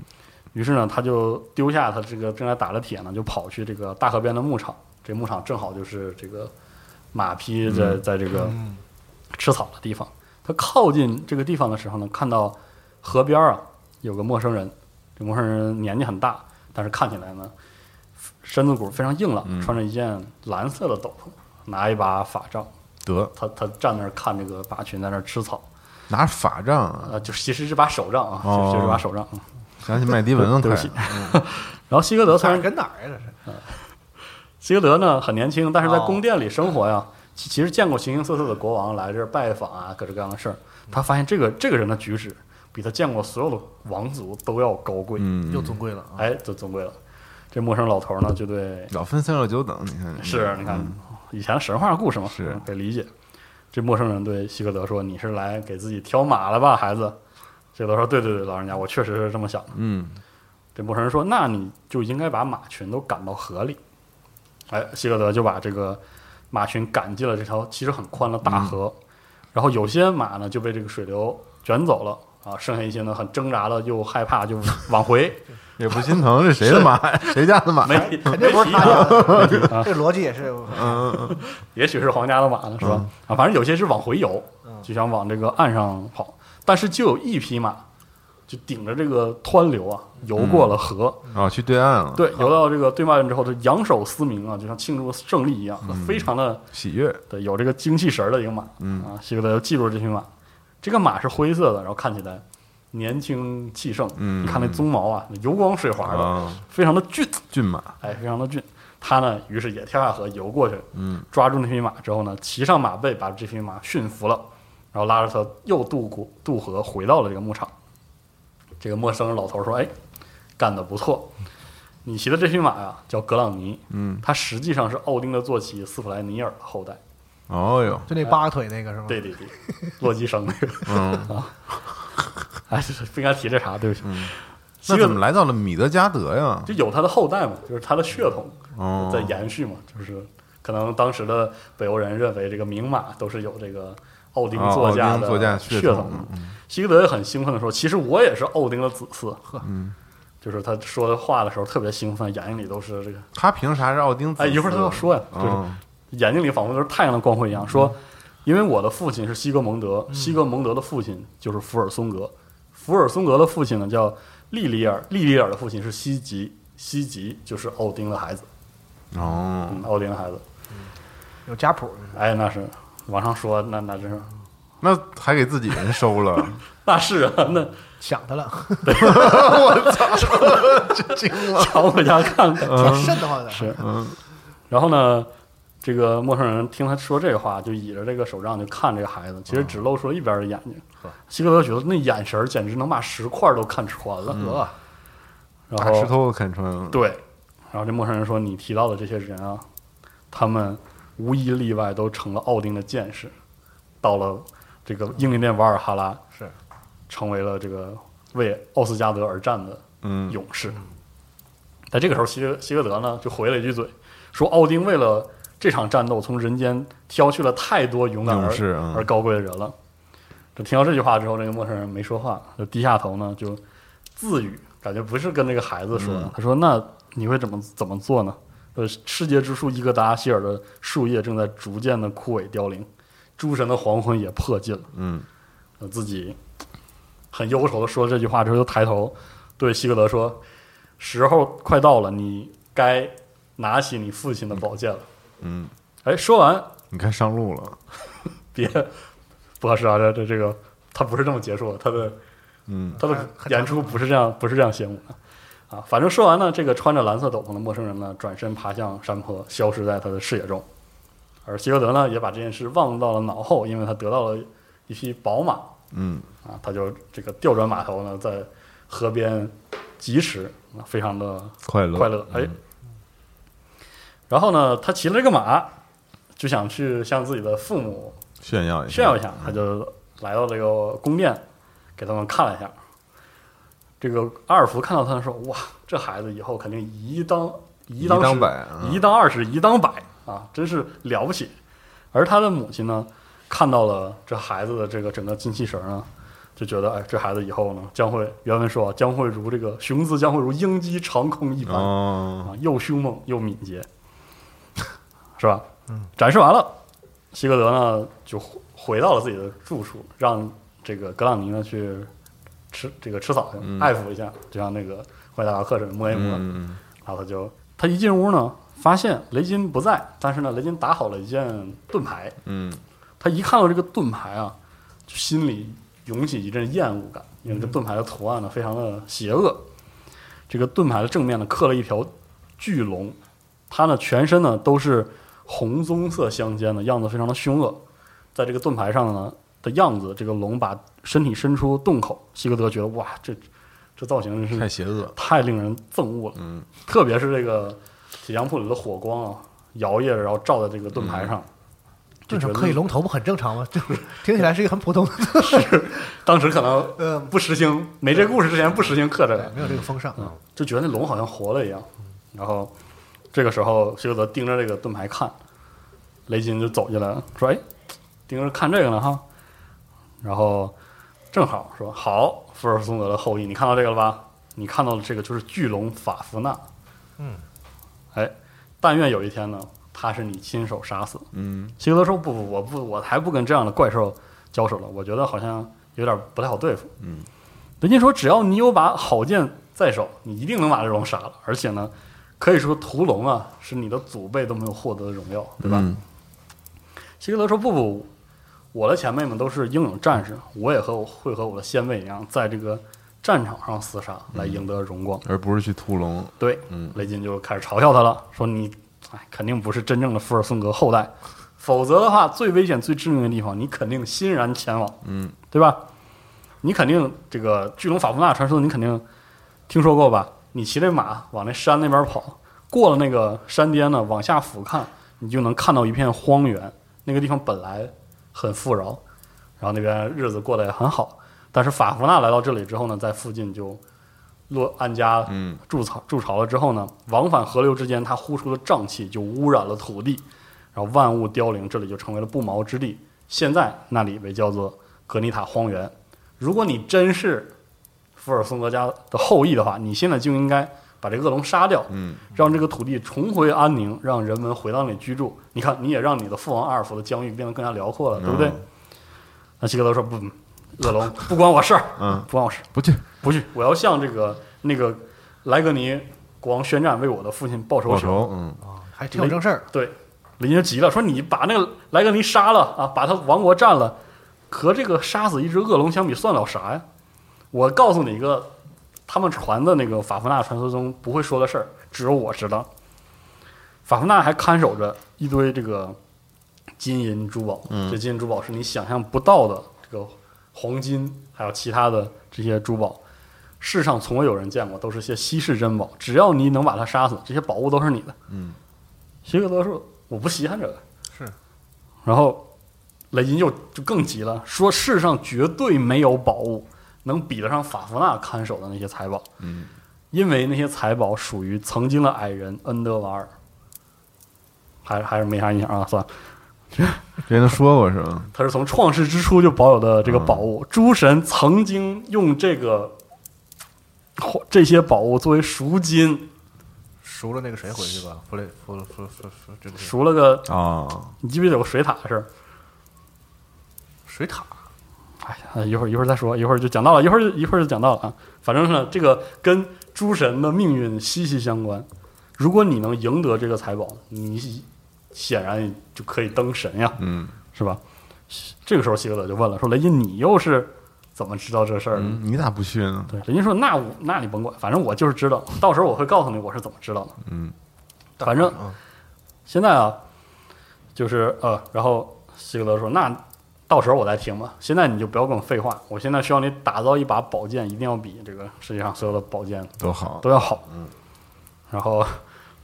S2: 于是呢，他就丢下他这个正在打的铁呢，就跑去这个大河边的牧场。这牧场正好就是这个马匹在在这个吃草的地方。他靠近这个地方的时候呢，看到河边啊有个陌生人，这陌生人年纪很大，但是看起来呢身子骨非常硬朗，穿着一件蓝色的斗篷，拿一把法杖。
S1: 得
S2: 他他站那儿看这个马群在那儿吃草，
S1: 拿法杖啊！
S2: 呃，就其实是把手杖啊，
S1: 哦
S2: 就是把手杖。嗯
S1: 想起麦迪文了，
S2: 对
S1: 快
S2: 不起。然后希格德虽
S3: 哪
S2: 然
S3: 儿跟哪儿呀？这是
S2: 希格德呢很年轻，但是在
S3: 哦
S2: 宫殿里生活呀，其其实见过形形色色的国王来这儿拜访啊，各种各样的事儿。他发现这个这个人的举止比他见过所有的王族都要高贵，
S3: 又
S1: 嗯，
S3: 尊贵了啊！
S2: 哎，就尊贵了。这陌生老头呢，就对，
S1: 老分三六九等，你看
S2: 是你看以前神话故事嘛，
S1: 嗯是
S2: 得理解。这陌生人对希格德说：“你是来给自己挑马了吧，孩子？”希格德说：“对对对，老人家，我确实是这么想的。”
S1: 嗯，
S2: 这陌生人说：“那你就应该把马群都赶到河里。”哎，希格德就把这个马群赶进了这条其实很宽的
S1: 嗯
S2: 大河，然后有些马呢就被这个水流卷走了啊，剩下一些呢很挣扎的又害怕就往回，
S1: 也不心疼，这谁的马呀？ 谁家的马？
S2: 没
S3: 肯 定不是他啊家
S2: 啊
S3: 的，这逻辑也是
S2: 也许是皇家的马呢，是吧？啊，反正有些是往回游，就想往这个岸上跑，但是就有一匹马就顶着这个湍流啊，游过了河。
S1: 哦，去对岸了，
S2: 对，游到这个对岸之后，就扬手嘶鸣啊，就像庆祝胜利一样，非常的
S1: 喜悦，
S2: 对，有这个精气神儿的一个马，嗯啊，希格德记住了这匹马，这个马是灰色的，然后看起来年轻气盛，
S1: 嗯
S2: 你看那鬃毛啊，油光水滑的，
S1: 哦
S2: 非常的俊，
S1: 骏马，
S2: 哎，非常的俊。他呢，于是也跳下河游过去，
S1: 嗯，
S2: 抓住那匹马之后呢，骑上马背把这匹马驯服了，然后拉着它又渡过渡河回到了这个牧场。这个陌生人老头说：“哎，干得不错，你骑的这匹马呀、叫格朗尼，
S1: 嗯，
S2: 它实际上是奥丁的坐骑斯普莱尼尔的后代。
S1: 哦哟，
S3: 就那八个腿那个是吗？
S2: 对对对，洛基生那个
S1: 嗯，
S2: 啊，哎，这是不应该提这茬，对不起。
S1: 那
S2: 西格
S1: 怎么来到了米德加德呀？
S2: 就有它的后代嘛，就是它的血统
S1: 哦
S2: 在延续嘛，就是可能当时的北欧人认为这个名马都是有这个奥丁
S1: 哦
S2: 座驾
S1: 奥丁座驾
S2: 的
S1: 血
S2: 血
S1: 统
S2: 统的。希格德也很兴奋的说：“其实我也是奥丁的子嗣。”呵， 就是他说的话的时候特别兴奋，眼睛里都是这个。
S1: 他凭啥是奥丁子嗣？
S2: 哎，一会儿他要说呀，就是
S1: 哦
S2: 眼睛里仿佛都是太阳的光辉一样，说，因为我的父亲是西格蒙德，西格蒙德的父亲就是福尔松格，福尔松格的父亲呢叫利里尔，利里尔的父亲是西吉，西吉就是奥丁的孩子，
S1: 哦，
S2: 嗯，奥丁的孩子，
S3: 有家谱，
S2: 哎，那是往上说，那那真是，
S1: 那还给自己人收了，
S2: 那是啊，那
S3: 想 他了，
S2: 常回家看看。
S1: 嗯
S3: 挺嗯瘆得慌的。
S2: 是，然后呢，这个陌生人听他说这话，就倚着这个手杖就看这个孩子，其实
S1: 嗯
S2: 只露出了一边的眼睛。希格德觉得那眼神儿简直能把石块儿都看穿了。
S3: 呃，
S2: 然
S1: 把嗯石
S2: 后
S1: 头给砍穿了。
S2: 对，然后这陌生人说：“你提到的这些人啊，他们无一例外都成了奥丁的剑士，到了这个英灵殿瓦尔哈拉，
S3: 是
S2: 成为了这个为奥斯加德而战的
S1: 嗯，
S2: 勇士。在这个时候，希格希格德呢就回了一句嘴，说奥丁为了这场战斗，从人间挑去了太多勇敢
S1: 勇
S2: 而、
S1: 士嗯
S2: 而高贵的人了。这听到这句话之后，这个陌生人没说话，就低下头呢，就自语，感觉不是跟那个孩子说
S1: 嗯
S2: 的。他说：“那你会怎么怎么做呢？”呃，世界之树伊格达希尔的树叶正在逐渐的枯萎凋零，诸神的黄昏也迫近了。
S1: 嗯，
S2: 呃自己很忧愁的说了这句话之后，就抬头对希格德说：“时候快到了，你该拿起你父亲的宝剑了。”
S1: 嗯，
S2: 哎，说完
S1: 你看上路了，
S2: 别不合适啊，这这这个他不是这么结束的，他的
S1: 嗯，
S2: 他的
S3: 很很
S2: 演出不是这样，不是这样写舞的啊。反正说完呢，这个穿着蓝色斗篷的陌生人呢，转身爬向山坡，消失在他的视野中。而希格德呢，也把这件事忘到了脑后，因为他得到了一匹宝马，
S1: 嗯，
S2: 啊，他就这个调转马头呢，在河边疾驰，啊非常的
S1: 快乐嗯
S2: 快乐，哎。然后呢，他骑了这个马，就想去向自己的父母
S1: 炫耀一下，
S2: 炫耀一下，他就来到这个宫殿，给他们看了一下。这个阿尔福看到他说：“哇，这孩子以后肯定一当一当
S1: 一当
S2: 十
S1: 百啊
S2: 一当二十，一当百啊，真是了不起。”而他的母亲呢，看到了这孩子的这个整个精气神儿呢，就觉得哎，这孩子以后呢，将会原文说啊，将会如这个雄姿将会如鹰击长空一般、
S1: 哦，
S2: 啊，又凶猛又敏捷，是吧？嗯，展示完了，希格德呢就回回到了自己的住处，让这个格朗尼呢去吃这个吃草去，爱抚一下，就像那个坏蛋达克似的摸一摸。
S1: 嗯，
S2: 然后他就他一进屋呢，发现雷金不在，但是呢，雷金打好了一件盾牌。
S1: 嗯，
S2: 他一看到这个盾牌啊，就心里涌起一阵厌恶感，因为这盾牌的图案呢非常的邪恶。这个盾牌的正面呢刻了一条巨龙，它呢全身呢都是红棕色相间的，样子非常的凶恶。在这个盾牌上呢的样子，这个龙把身体伸出洞口，希格德觉得哇，这这造型真是
S1: 太邪恶，
S2: 太令人憎恶了。
S1: 嗯，
S2: 特别是这个铁匠铺里的火光啊，摇曳着，然后照在这个盾牌上，
S3: 嗯这
S2: 就觉
S3: 种
S2: 得
S3: 刻意龙头不很正常吗？就是 听起来是一个很普通的，
S2: 当时可能
S3: 呃，
S2: 不实行，没这故事之前不实行刻这个，
S3: 没有这个风尚。
S2: 就觉得那龙好像活了一样。然后这个时候，希格德盯着这个盾牌看，雷金就走进来了，说：“哎，盯着看这个呢哈。”然后正好说：“好，福尔松德的后裔，你看到这个了吧？你看到的这个就是巨龙法夫纳。”嗯，哎，但愿有一天呢，他是你亲手杀死。
S1: 嗯，
S2: 希格德说：“不不，我不，我还不跟这样的怪兽交手了，我觉得好像有点不太好对付。”嗯，人家说只要你有把好剑在手，你一定能把这龙杀了，而且呢，可以说屠龙啊是你的祖辈都没有获得的荣耀，对吧？
S1: 嗯
S2: 希格德说：“不不，我的前辈们都是英勇战士，我也和我会和我的先辈一样，在这个战场上厮杀，来赢得荣光。
S1: 而不是去屠龙，
S2: 对，
S1: 嗯
S2: 雷金就开始嘲笑他了，说你，哎，肯定不是真正的福尔松格后代，否则的话，最危险、最致命的地方，你肯定欣然前往，
S1: 嗯，
S2: 对吧？你肯定这个巨龙法夫纳传说，你肯定听说过吧？你骑着马往那山那边跑，过了那个山巅呢，往下俯瞰，你就能看到一片荒原。那个地方本来很富饶，然后那边日子过得也很好，但是法芙娜来到这里之后呢，在附近就落安家
S4: 嗯
S2: 筑巢筑巢了之后呢，往返河流之间，它呼出的瘴气就污染了土地，然后万物凋零，这里就成为了不毛之地。现在那里被叫做格尼塔荒原。如果你真是福尔松格家的后裔的话，你现在就应该把这个恶龙杀掉，
S4: 嗯，
S2: 让这个土地重回安宁，让人们回到那里居住。你看，你也让你的父王阿尔弗的疆域变得更加辽阔了，对不对？
S4: 嗯
S2: 那希格德说不，恶龙不关我事儿，
S4: 嗯，
S2: 不关我事儿，
S1: 不去，
S2: 不去，我要向这个那个莱格尼国王宣战，为我的父亲报仇
S1: 报
S2: 雪
S1: 仇，嗯，
S3: 啊还挺有正事儿。
S2: 对，林就急了，说你把那个莱格尼杀了啊，把他王国占了，和这个杀死一只恶龙相比，算了啥呀？我告诉你一个，他们传的那个法夫纳传说中不会说的事儿，只有我知道。法夫纳还看守着一堆这个金银珠宝，这金银珠宝是你想象不到的，这个黄金还有其他的这些珠宝，世上从未有人见过，都是些稀世珍宝。只要你能把他杀死，这些宝物都是你的。希格德说：“我不稀罕这个。”
S3: 是。
S2: 然后雷金就就更急了，说：“世上绝对没有宝物能比得上法芙娜看守的那些财宝。”嗯。因为那些财宝属于曾经的矮人恩德瓦尔，还还是没啥印象啊，算了。
S1: 之前都说过是吧？
S2: 他是从创世之初就保有的这个宝物。诸神曾经用这个这些宝物作为赎金，
S3: 赎了那个谁回去吧，弗雷弗弗弗弗，这这
S2: 赎了个
S1: 哦，
S2: 你记不记得有个水塔的事儿？
S3: 水塔
S2: 哎呀，一会儿一会儿再说，一会儿就讲到了，一会儿就一会儿就讲到了啊。反正呢，这个跟诸神的命运息息相关。如果你能赢得这个财宝，你显然就可以登神呀，
S4: 嗯，
S2: 是吧？这个时候，希格德就问了，说：“雷金，你又是怎么知道这事儿的？”
S1: 嗯你咋不去呢？
S2: 对，雷金说：“那我那你甭管，反正我就是知道，到时候我会告诉你我是怎么知道的。”
S1: 嗯
S2: 反正
S3: 啊
S2: 现在啊，就是呃，然后希格德说：“那到时候我再听吧。现在你就不要跟我废话，我现在需要你打造一把宝剑，一定要比这个世界上所有的宝剑
S1: 都好，
S2: 都要好。”嗯。 然后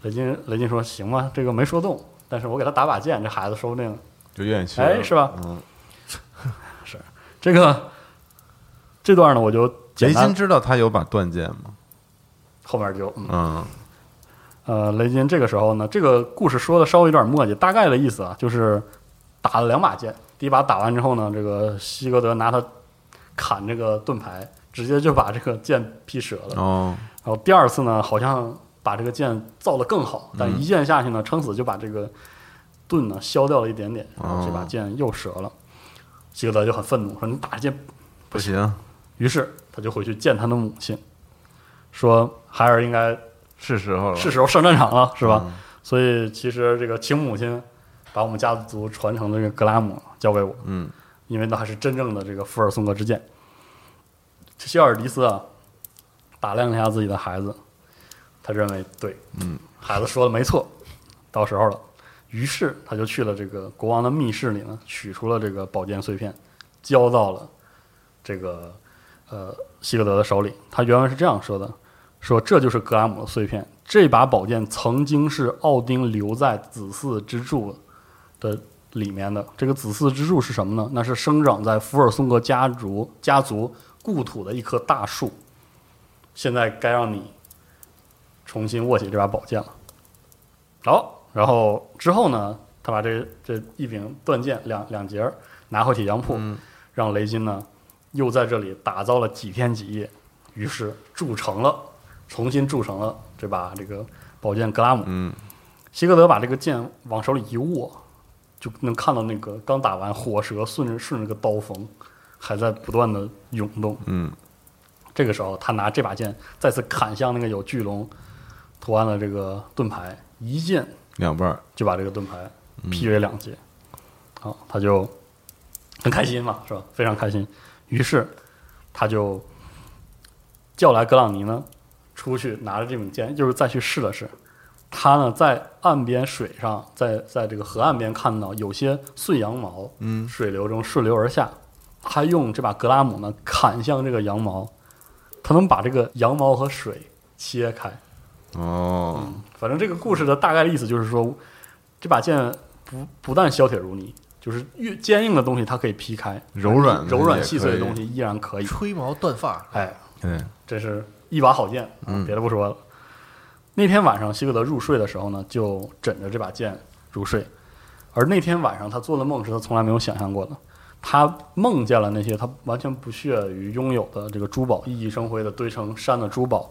S2: 雷金雷金说：“行吧，这个没说动，但是我给他打把剑，这孩子说不定
S1: 就愿意去了，
S2: 哎是吧？
S1: 嗯，
S2: 这个这段呢，我就简
S1: 雷
S2: 单
S1: 金知道他有把断剑吗？
S2: 后面就嗯。”
S1: 嗯，
S2: 呃，雷金这个时候呢，这个故事说的稍微有点墨迹，大概的意思啊，就是打了两把剑，第一把打完之后呢，这个希格德拿它砍这个盾牌，直接就把这个剑劈折了。
S1: 哦，
S2: 然后第二次呢，好像把这个剑造得更好，但一剑下去呢，撑死就把这个盾呢削掉了一点点，然后这把剑又折了。希格德就很愤怒，说：“你打剑
S1: 不行，
S2: 于是他就回去见他的母亲，说孩儿应该
S1: 是时候了，
S2: 是时候上战场了，是吧？所以其实这个请母亲把我们家族传承的这个格拉姆交给我，
S1: 嗯，
S2: 因为那还是真正的这个福尔松格之剑。希尔迪斯啊，打量了一下自己的孩子，他认为对，嗯，孩子说的没错，到时候了。于是他就去了这个国王的密室里呢，取出了这个宝剑碎片，交到了这个呃希格德的手里。他原文是这样说的：“说这就是格拉姆的碎片，这把宝剑曾经是奥丁留在子嗣之柱的里面的。这个子嗣之柱是什么呢？那是生长在福尔松格家族家族故土的一棵大树。现在该让你重新握起这把宝剑了。好，然后之后呢，他把这这一柄断剑两两截儿拿回铁匠铺，让雷金呢又在这里打造了几天几夜，于是铸成了，重新铸成了这把这个宝剑格拉姆。
S1: 嗯，
S2: 希格德把这个剑往手里一握，就能看到那个刚打完火舌顺着顺着这个刀锋还在不断的涌动。
S1: 嗯，
S2: 这个时候他拿这把剑再次砍向那个有巨龙图案的这个盾牌，一剑
S1: 两半儿，
S2: 就把这个盾牌劈为两截。好，他就很开心嘛，是吧？非常开心。于是他就叫来格朗尼呢，出去拿着这柄剑，就是再去试了试。他呢，在岸边水上，在在这个河岸边看到有些碎羊毛，嗯，水流中顺流而下。他用这把格拉姆呢砍向这个羊毛，他能把这个羊毛和水切开，
S1: 哦，
S2: 反正这个故事的大概的意思就是说，这把剑不不但削铁如泥，就是越坚硬的东西它可以劈开，
S1: 柔软的
S2: 柔软
S1: 也
S2: 细
S1: 可
S2: 碎的
S1: 以
S2: 东西依然可以。
S3: 吹毛断发，
S2: 哎，
S1: 对，
S2: 这是一把好剑，嗯，别的不说了。那天晚上，希格德入睡的时候呢，就枕着这把剑入睡。而那天晚上，他做的梦是他从来没有想象过的。他梦见了那些他完全不屑于拥有的这个珠宝，熠熠生辉的堆成山的珠宝，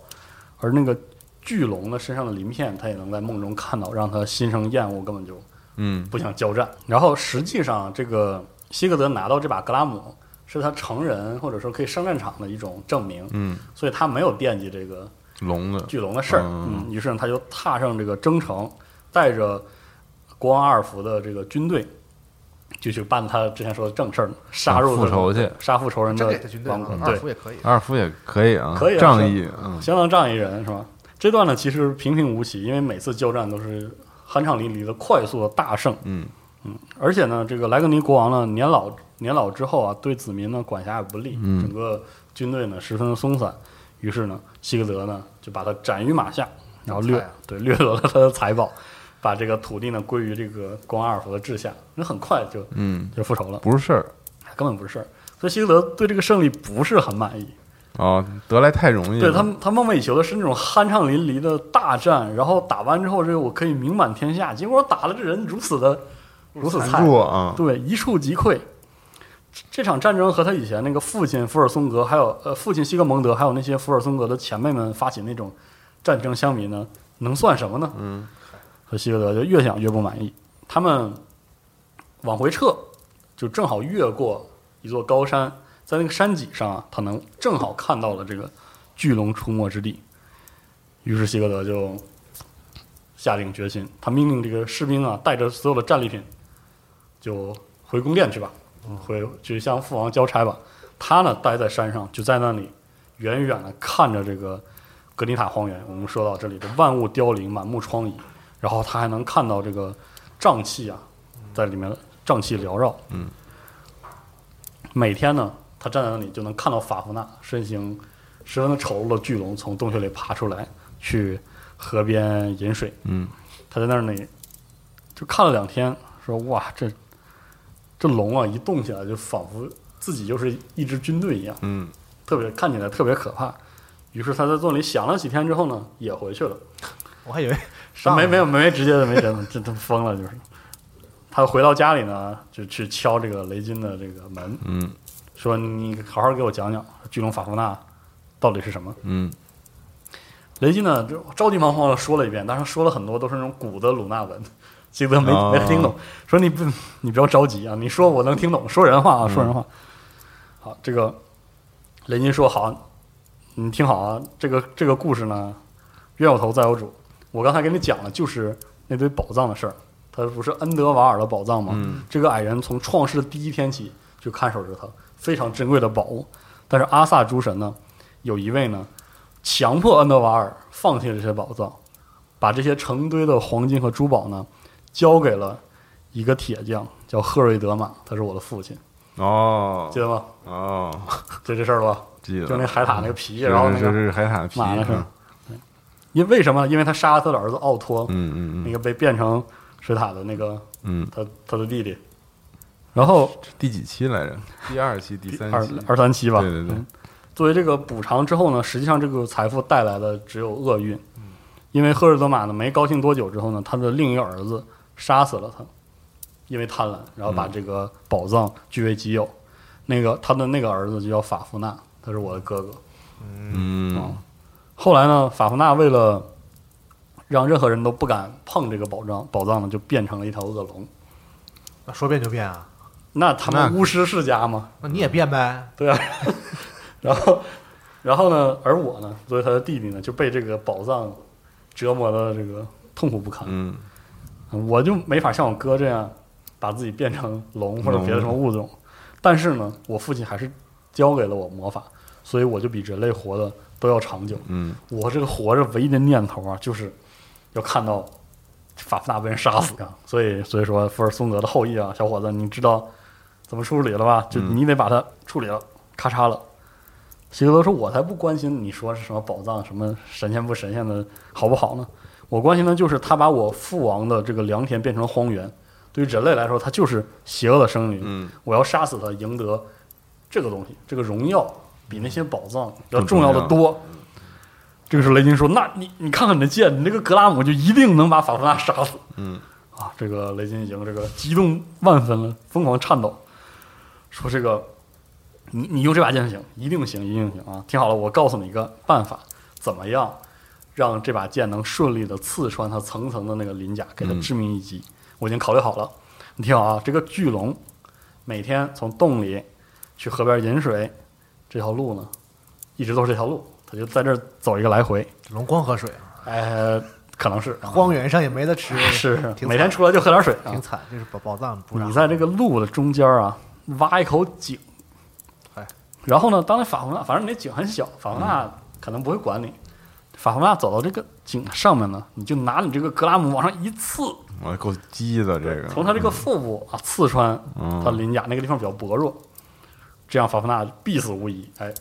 S2: 而那个巨龙的身上的鳞片，他也能在梦中看到，让他心生厌恶，根本就
S1: 嗯，
S2: 不想交战。然后实际上，这个希格德拿到这把格拉姆是他成人或者说可以上战场的一种证明，
S1: 嗯，
S2: 所以他没有惦记这个
S1: 龙的，
S2: 巨龙的事儿，
S1: 嗯
S2: 嗯，于是呢他就踏上这个征程，带着国王阿尔福的这个军队，就去办他之前说的正事儿，杀入
S1: 啊复仇去
S2: 杀父仇人
S3: 真
S2: 的
S3: 给他军队啊
S2: 王
S3: 了
S2: 国，，
S3: 二
S2: 对，
S3: 夫也可以。
S1: 阿尔夫也可以啊，
S2: 可以啊
S1: 仗义，嗯，
S2: 相当仗义人是吧？这段呢其实平平无奇，因为每次交战都是酣畅淋漓的快速的大胜。
S1: 嗯
S2: 而且呢，这个莱格尼国王呢年老年老之后啊，对子民呢管辖也不力，
S1: 嗯
S2: 整个军队呢十分的松散。于是呢，希格德呢就把他斩于马下，然后掠、
S3: 菜啊
S2: 对掠夺了他的财宝，把这个土地呢归于这个光阿尔福的治下。那很快就
S1: 嗯，
S2: 就复仇了，
S1: 不是事儿
S2: 根本不是事儿。所以希格德对这个胜利不是很满意，
S1: 哦，得来太容易了，
S2: 对他，他梦寐以求的是那种酣畅淋漓的大战，然后打完之后，这个我可以名满天下。结果我打了这人如此的如此菜，
S1: 弱啊，
S2: 对，一触即溃。这这场战争和他以前那个父亲福尔松格，还有呃父亲西格蒙德，还有那些福尔松格的前辈们发起那种战争相比呢，能算什么呢？嗯，和希格德就越想越不满意，他们往回撤，就正好越过一座高山，在那个山脊上啊，他能正好看到了这个巨龙出没之地。于是希格德就下定决心，他命令这个士兵啊，带着所有的战利品，就回宫殿去吧，回去向父王交差吧。他呢，待在山上，就在那里远远的看着这个格林塔荒原。我们说到这里，这万物凋零，满目疮痍，然后他还能看到这个瘴气啊，在里面瘴气缭绕。嗯，每天呢，他站在那里就能看到法夫纳身形十分的丑陋的巨龙从洞穴里爬出来，去河边饮水。
S1: 嗯，
S2: 他在那里就看了两天，说哇，这这龙啊，一动起来就仿佛自己就是一支军队一样，
S1: 嗯，
S2: 特别看起来特别可怕。于是他在洞里想了几天之后呢，也回去了。
S3: 我还以为
S2: 啊
S3: 上
S2: 没没有没直接的没真的，这都疯了就是。 他回到家里呢，就去敲这个雷军的这个门，
S1: 嗯
S2: 说你好好给我讲讲巨龙法夫纳到底是什么。
S1: 嗯
S2: 雷军呢就着急忙慌的说了一遍，但是说了很多都是那种古的鲁纳文，基本没
S1: 哦
S2: 没听懂。说你不你不要着急啊，你说我能听懂，说人话啊，说人话。好，这个雷军说好，你听好啊，这个这个故事呢，冤有头债有主。我刚才跟你讲了，就是那堆宝藏的事儿，他不是恩德瓦尔的宝藏吗？
S1: 嗯
S2: 这个矮人从创世的第一天起就看守着它，非常珍贵的宝物。但是阿萨诸神呢，有一位呢，强迫恩德瓦尔放弃了这些宝藏，把这些成堆的黄金和珠宝呢，交给了一个铁匠，叫赫瑞德玛，他是我的父亲，
S1: 哦
S2: 记得吗？
S1: 哦，
S2: 就这事儿了吧？
S1: 记得
S2: 就那海獭那个皮，
S1: 是
S2: 然后那
S1: 是
S2: 个
S1: 是海獭皮，
S2: 马的事儿
S1: 嗯。
S2: 对因为为什么？因为他杀了他的儿子奥托，
S1: 嗯
S2: 那
S1: 嗯
S2: 个被变成水獭的那个
S1: 嗯
S2: 他他的弟弟，然后
S1: 嗯，第几期来着？第二期、第三
S2: 二
S1: 期，
S2: 二三七吧，
S1: 对对对
S2: 嗯作为这个补偿之后呢，实际上这个财富带来的只有厄运，因为赫尔德玛呢没高兴多久之后呢，他的另一个儿子杀死了他，因为贪婪，然后把
S1: 嗯
S2: 这个宝藏据为己有。那个他的那个儿子就叫法夫纳，他是我的哥哥。
S1: 嗯
S2: 后来呢，法夫纳为了让任何人都不敢碰这个宝藏，宝藏呢就变成了一条恶龙。
S3: 说变就变啊，
S2: 那他
S1: 那
S2: 们
S1: 可
S2: 巫师世家嘛，
S3: 那你也变呗，
S2: 对啊， 然后，然后呢，而我呢，作为他的弟弟呢，就被这个宝藏折磨的这个痛苦不堪，
S1: 嗯
S2: 我就没法像我哥这样把自己变成龙或者别的什么物种，但是呢，我父亲还是教给了我魔法，所以我就比人类活的都要长久。
S1: 嗯，
S2: 我这个活着唯一的念头啊，就是要看到法夫纳被人杀死啊。所以，所以说福尔松格的后裔啊，小伙子，你知道怎么处理了吧？
S1: 嗯
S2: 就你得把它处理了，咔嚓了。希格德说：“我才不关心你说是什么宝藏、什么神仙不神仙的好不好呢？我关心的就是他把我父王的这个良田变成荒原，对于人类来说，它就是邪恶的生灵。
S1: 嗯，
S2: 我要杀死它，赢得这个东西，这个荣耀比那些宝藏要
S1: 更
S2: 重要
S1: 重
S2: 的
S1: 要
S2: 多。这个时候，雷金说：“那你你看看你的剑，你那个格拉姆就一定能把法芙娜杀死。”
S1: 嗯，
S2: 啊，这个雷金已经这个激动万分了，疯狂颤抖，说：“这个你你用这把剑行，一定行，一定行啊！听好了，我告诉你一个办法，怎么样让这把剑能顺利的刺穿它层层的那个鳞甲，给它致命一击？我已经考虑好了。你听好啊，这个巨龙每天从洞里去河边饮水，这条路呢，一直都是这条路，它就在这儿走一个来回。
S3: 龙光喝水，
S2: 哎，可能是啊
S3: 荒原上也没得吃，
S2: 是是
S3: 挺惨
S2: 每天出来就喝点水啊
S3: 挺。惨，就是宝宝藏不让
S2: 你在这个路的中间啊，挖一口井
S3: 哎，
S2: 然后呢，当那法芙娜，反正你那井很小，法芙娜可能不会管你。法芙娜走到这个井上面呢，你就拿你这个格拉姆往上一刺，
S1: 我够鸡的这个，
S2: 从他这个腹部啊刺穿
S1: 嗯
S2: 他鳞甲那个地方比较薄弱，这样法芙娜必死无疑。哎，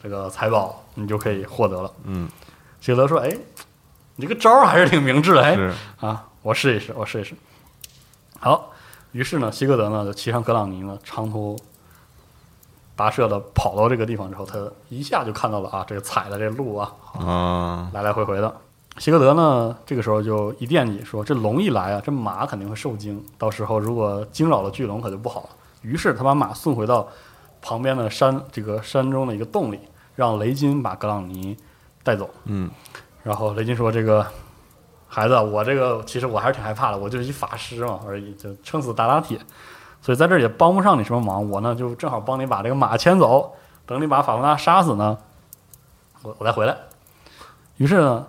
S2: 这个财宝你就可以获得了。
S1: 嗯，
S2: 希德说：“哎，你这个招儿还是挺明智的，哎，
S1: 是
S2: 啊，我试一试，我试一试。”好，于是呢，希格德呢就骑上格朗尼呢，长途跋涉的跑到这个地方之后，他一下就看到了啊，这个踩的这路啊，
S1: 啊，
S2: 来来回回的。希格德呢，这个时候就一惦记说，这龙一来啊，这马肯定会受惊，到时候如果惊扰了巨龙，可就不好了。于是他把马送回到旁边的山这个山中的一个洞里，让雷金把格朗尼带走。
S1: 嗯，
S2: 然后雷金说：“这个孩子，我这个其实我还是挺害怕的，我就是一法师嘛而已，就撑死打打铁，所以在这儿也帮不上你什么忙。我呢就正好帮你把这个马牵走，等你把法芙娜杀死呢，我我再回来。”于是呢，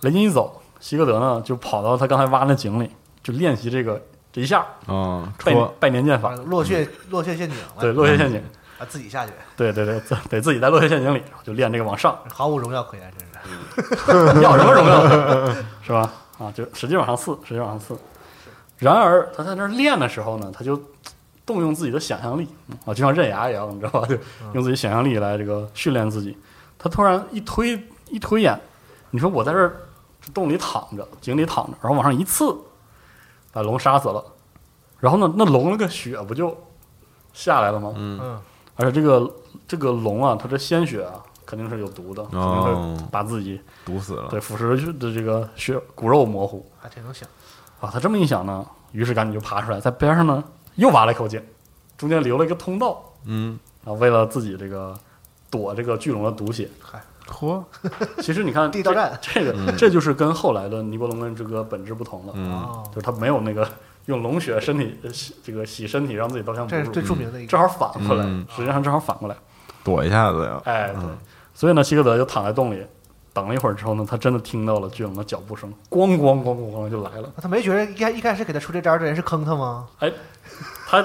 S2: 雷金一走，希格德呢就跑到他刚才挖那井里，就练习这个这一下
S1: 啊，
S2: 拜
S1: 戳，
S2: 拜年剑法，
S3: 落穴落穴陷阱了，
S2: 嗯对落穴陷阱，
S3: 啊，自己下去，
S2: 对对对，自得自己在落穴陷阱里就练这个往上，
S3: 毫无荣耀可言，真是。
S2: 要什么荣耀， 是吧？啊，就使劲往上刺，使劲往上刺。然而他在那儿练的时候呢，他就动用自己的想象力嗯啊，就像刃牙一样，你知道吧？就用自己想象力来这个训练自己。他突然一推一推演，你说我在这儿洞里躺着，井里躺着，然后往上一刺，把龙杀死了。然后呢，那龙那个血不就下来了吗？
S3: 嗯，
S2: 而且这个这个龙啊，它这鲜血啊，肯定是有毒的，肯定
S1: 哦
S2: 会把自己
S1: 毒死
S3: 啊
S1: 了，
S2: 对，腐蚀的这个血骨肉模糊
S3: 还挺能想，
S2: 啊。他这么一想呢，于是赶紧就爬出来，在边上呢又挖了一口井，中间留了一个通道
S1: 嗯，
S2: 啊。为了自己这个躲这个巨龙的毒血，
S1: 嚯，
S2: 其实你看
S3: 地道战
S2: 这这个这就是跟后来的尼伯龙根之歌本质不同了，啊
S1: 嗯，
S3: 哦，
S2: 就是他没有那个用龙血身体呃洗这个洗身体让自己刀枪不
S3: 这是
S2: 入，
S3: 最著名的一
S2: 正
S3: 个，
S2: 好反过来
S1: 嗯，
S2: 实际上正好反过来。
S1: 躲一下子呀，
S2: 哎，对，所以呢，希格德就躺在洞里等了一会儿之后呢，他真的听到了巨龙的脚步声，咣咣咣咣咣就来了。
S3: 那啊他没觉得一开一开始给他出这招儿的人是坑他吗？
S2: 哎，他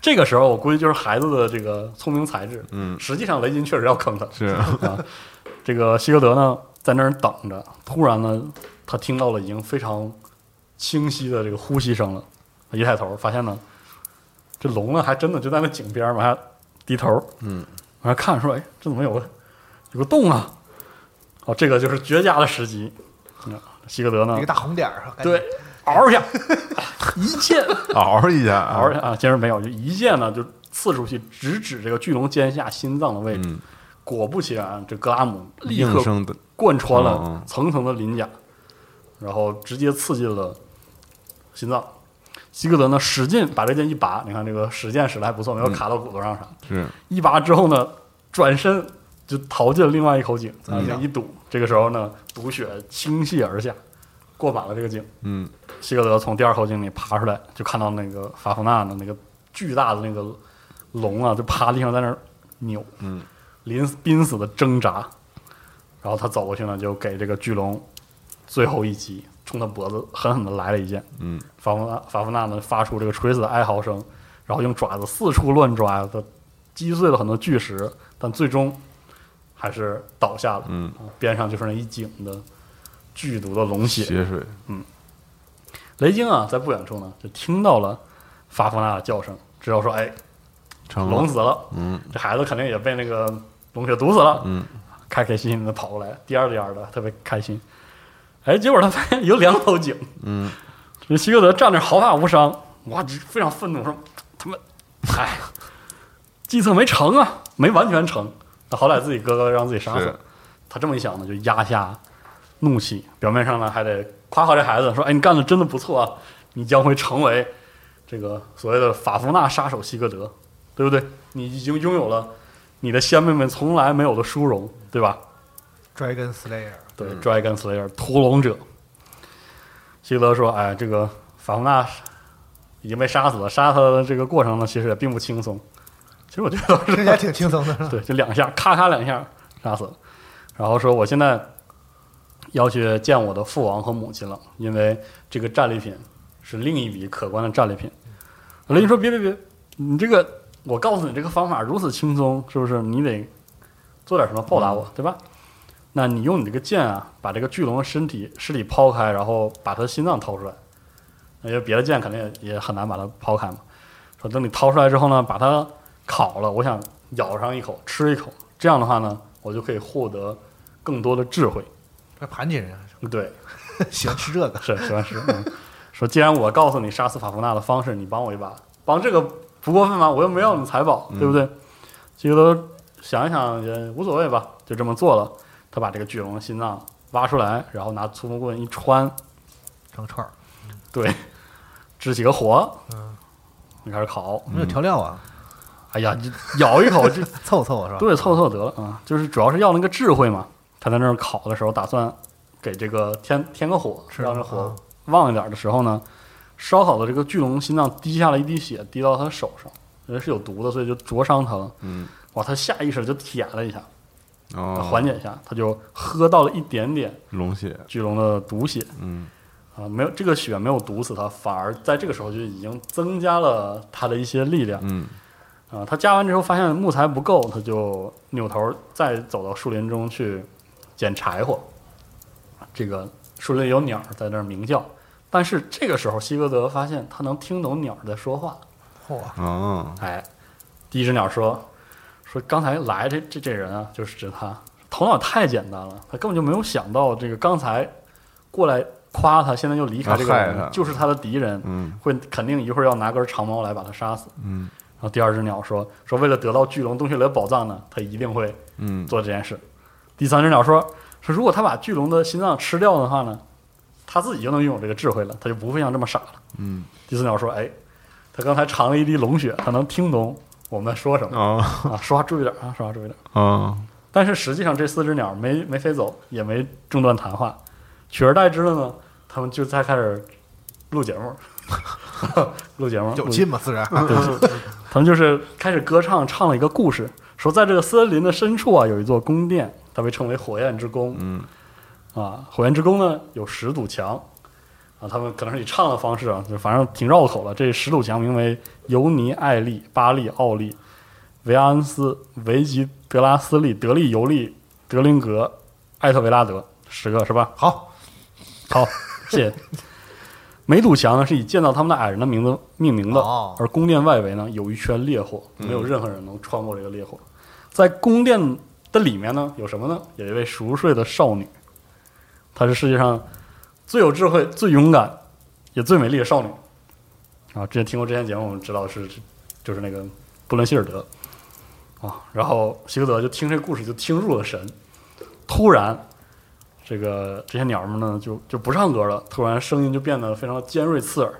S2: 这个时候我估计就是孩子的这个聪明才智。
S1: 嗯，
S2: 实际上雷金确实要坑他。
S1: 是，
S2: 啊，这个希格德呢在那儿等着，突然呢，他听到了已经非常清晰的这个呼吸声了。他一抬头发现呢，这龙呢还真的就在那井边儿往下低头，
S1: 嗯，
S2: 往下看说，哎，这怎么有个有个洞啊？哦，这个就是绝佳的时机。嗯希格德呢
S3: 一个，大红点儿，赶紧
S2: 对，，嗷一下， 一剑
S1: 嗷一下，
S2: 嗷一下啊，竟然没有，就一剑呢就刺出去，直指这个巨龙肩下心脏的位置。
S1: 嗯，
S2: 果不其然，这格拉姆立
S1: 应
S2: 刻
S1: 声的，
S2: 贯穿
S1: 哦
S2: 了层层的鳞甲，然后直接刺进了心脏。希格德呢，使劲把这剑一拔，你看这个使剑使的还不错，
S1: 嗯
S2: 没有卡到骨头上啥。
S1: 是，
S2: 一拔之后呢，转身就逃进了另外一口井，
S3: 嗯
S2: 井一堵。这个时候呢，毒血倾泻而下，过满了这个井。
S1: 嗯，
S2: 希格德从第二口井里爬出来，就看到那个法芙娜的那个巨大的那个龙啊，就趴地上在那儿扭，
S1: 嗯，
S2: 临死濒死的挣扎。然后他走过去呢，就给这个巨龙最后一击，冲他脖子狠狠的来了一剑。
S1: 嗯，
S2: 法芙娜法芙娜呢发出这个垂死的哀嚎声，然后用爪子四处乱抓，他击碎了很多巨石，但最终还是倒下了。
S1: 嗯
S2: 啊，边上就是那一井的剧毒的龙血。
S1: 血水，
S2: 雷惊啊，在不远处呢，就听到了法芙娜的叫声，知道说，哎，
S1: 成
S2: 龙
S1: 了，
S2: 死了，
S1: 嗯
S2: 这孩子肯定也被那个龙血毒死了。
S1: 嗯，
S2: 开开心心的跑过来，颠儿颠儿的，特别开心。哎，结果他发现有两口井，
S1: 嗯，
S2: 这希格德站那儿毫发无伤，我非常愤怒说：“他们，哎，计策没成啊，没完全成。那好歹自己哥哥让自己杀死
S1: 是，
S2: 他这么一想呢，就压下怒气，表面上呢还得夸夸这孩子说：‘哎，你干的真的不错啊，你将会成为这个所谓的法夫纳杀手希格德，对不对？你已经拥有了你的先辈们从来没有的殊荣，对吧？’”
S3: Dragon Slayer，
S2: 对、d r a g o n Slayer 屠龙者。希格德说：“哎，这个法夫纳已经被杀死了，杀他的这个过程呢，其实也并不轻松。其实我觉得
S3: 这也挺轻松的，是吧？
S2: 对，就两下，咔咔两下杀死了。然后说我现在要去见我的父王和母亲了，因为这个战利品是另一笔可观的战利品。雷军说：“别别别，你这个我告诉你这个方法如此轻松，是不是？你得做点什么报答我，对吧？那你用你这个剑啊，把这个巨龙的身体尸体抛开，然后把他的心脏掏出来。因为别的剑肯定也也很难把它抛开嘛。说等你掏出来之后呢，把它烤了，我想咬上一口，吃一口，这样的话呢，我就可以获得更多的智慧。
S3: 那盘锦人啊
S2: 对，
S3: 喜欢吃这个，
S2: 是喜欢吃。嗯，说既然我告诉你杀死法夫纳的方式，你帮我一把，帮这个不过分吧？我又没要你财宝，对不对？其实都想一想也无所谓吧，就这么做了。他把这个巨龙的心脏挖出来，然后拿粗木棍一穿，
S3: 成串儿，
S2: 对，支起个火，
S3: 嗯，
S2: 就开始烤。
S3: 没有调料啊，
S2: 哎呀，你咬一嗯口，这
S3: 凑凑是吧？
S2: 对，凑凑得了啊，就是主要是要那个智慧嘛。他在那儿烤的时候，打算给这个添添个火，
S3: 是
S2: 让这火
S3: 啊
S2: 旺一点的时候呢，烧烤的这个巨龙心脏滴下了一滴血，滴到他手上，人是有毒的，所以就灼伤他了。
S1: 嗯，
S2: 哇，他下意识就舔了一下，
S1: 哦，
S2: 缓解一下，他就喝到了一点点
S1: 龙血，
S2: 巨龙的毒血
S1: 嗯，
S2: 啊，没有这个血没有毒死他，反而在这个时候就已经增加了他的一些力量。
S1: 嗯，
S2: 啊，他加完之后发现木材不够，他就扭头再走到树林中去捡柴火。啊这个树林里有鸟儿在那儿鸣叫，但是这个时候希格德发现他能听懂鸟儿在说话。
S3: 嚯，
S1: 哦，
S2: 哎，第一只鸟说：“说刚才来这这这人啊，就是指他，头脑太简单了，他根本就没有想到这个刚才过来夸他，现在又离开这个
S1: 啊害
S2: 人，
S1: 他
S2: 就是他的敌人，
S1: 嗯
S2: 会肯定一会儿要拿根长矛来把他杀死。”
S1: 嗯
S2: 然后第二只鸟说：“说为了得到巨龙洞穴里的宝藏呢，他一定会
S1: 嗯，
S2: 做这件事。”第三只鸟说：“说如果他把巨龙的心脏吃掉的话呢，他自己就能拥有这个智慧了，他就不会像这么傻了。”
S1: 嗯，
S2: 第四鸟说：“哎，他刚才尝了一滴龙血，他能听懂我们在说什么
S1: 哦
S2: 啊！说话注意点啊，说话注意点。
S1: 哦，”
S2: 但是实际上，这四只鸟没没飞走，也没中断谈话，取而代之的呢，他们就在开始录节目， 录节目，
S3: 有
S2: 录
S3: 劲嘛，自然，
S2: 他们就是开始歌唱，唱了一个故事，说在这个森林的深处啊，有一座宫殿，它被称为火焰之宫。
S1: 嗯，
S2: 啊，火焰之宫呢有十堵墙，啊，他们可能是以唱的方式啊，就反正挺绕口的。这十堵墙名为尤尼艾利、巴利奥利、维阿恩斯、维吉德拉斯利、德利尤利、德林格、艾特维拉德，十个是吧？
S3: 好，
S2: 好，谢谢。每堵墙呢是以建造他们的矮人的名字命名的，
S3: 哦
S2: 而宫殿外围呢有一圈烈火，没有任何人能穿过这个烈火。在宫殿的里面呢，有什么呢？有一位熟睡的少女，她是世界上最有智慧、最勇敢、也最美丽的少女。啊，之前听过之前节目，我们知道是就是那个布伦希尔德啊。然后希格德就听这故事就听入了神，突然这个这些鸟儿们呢，就就不唱歌了，突然声音就变得非常尖锐刺耳，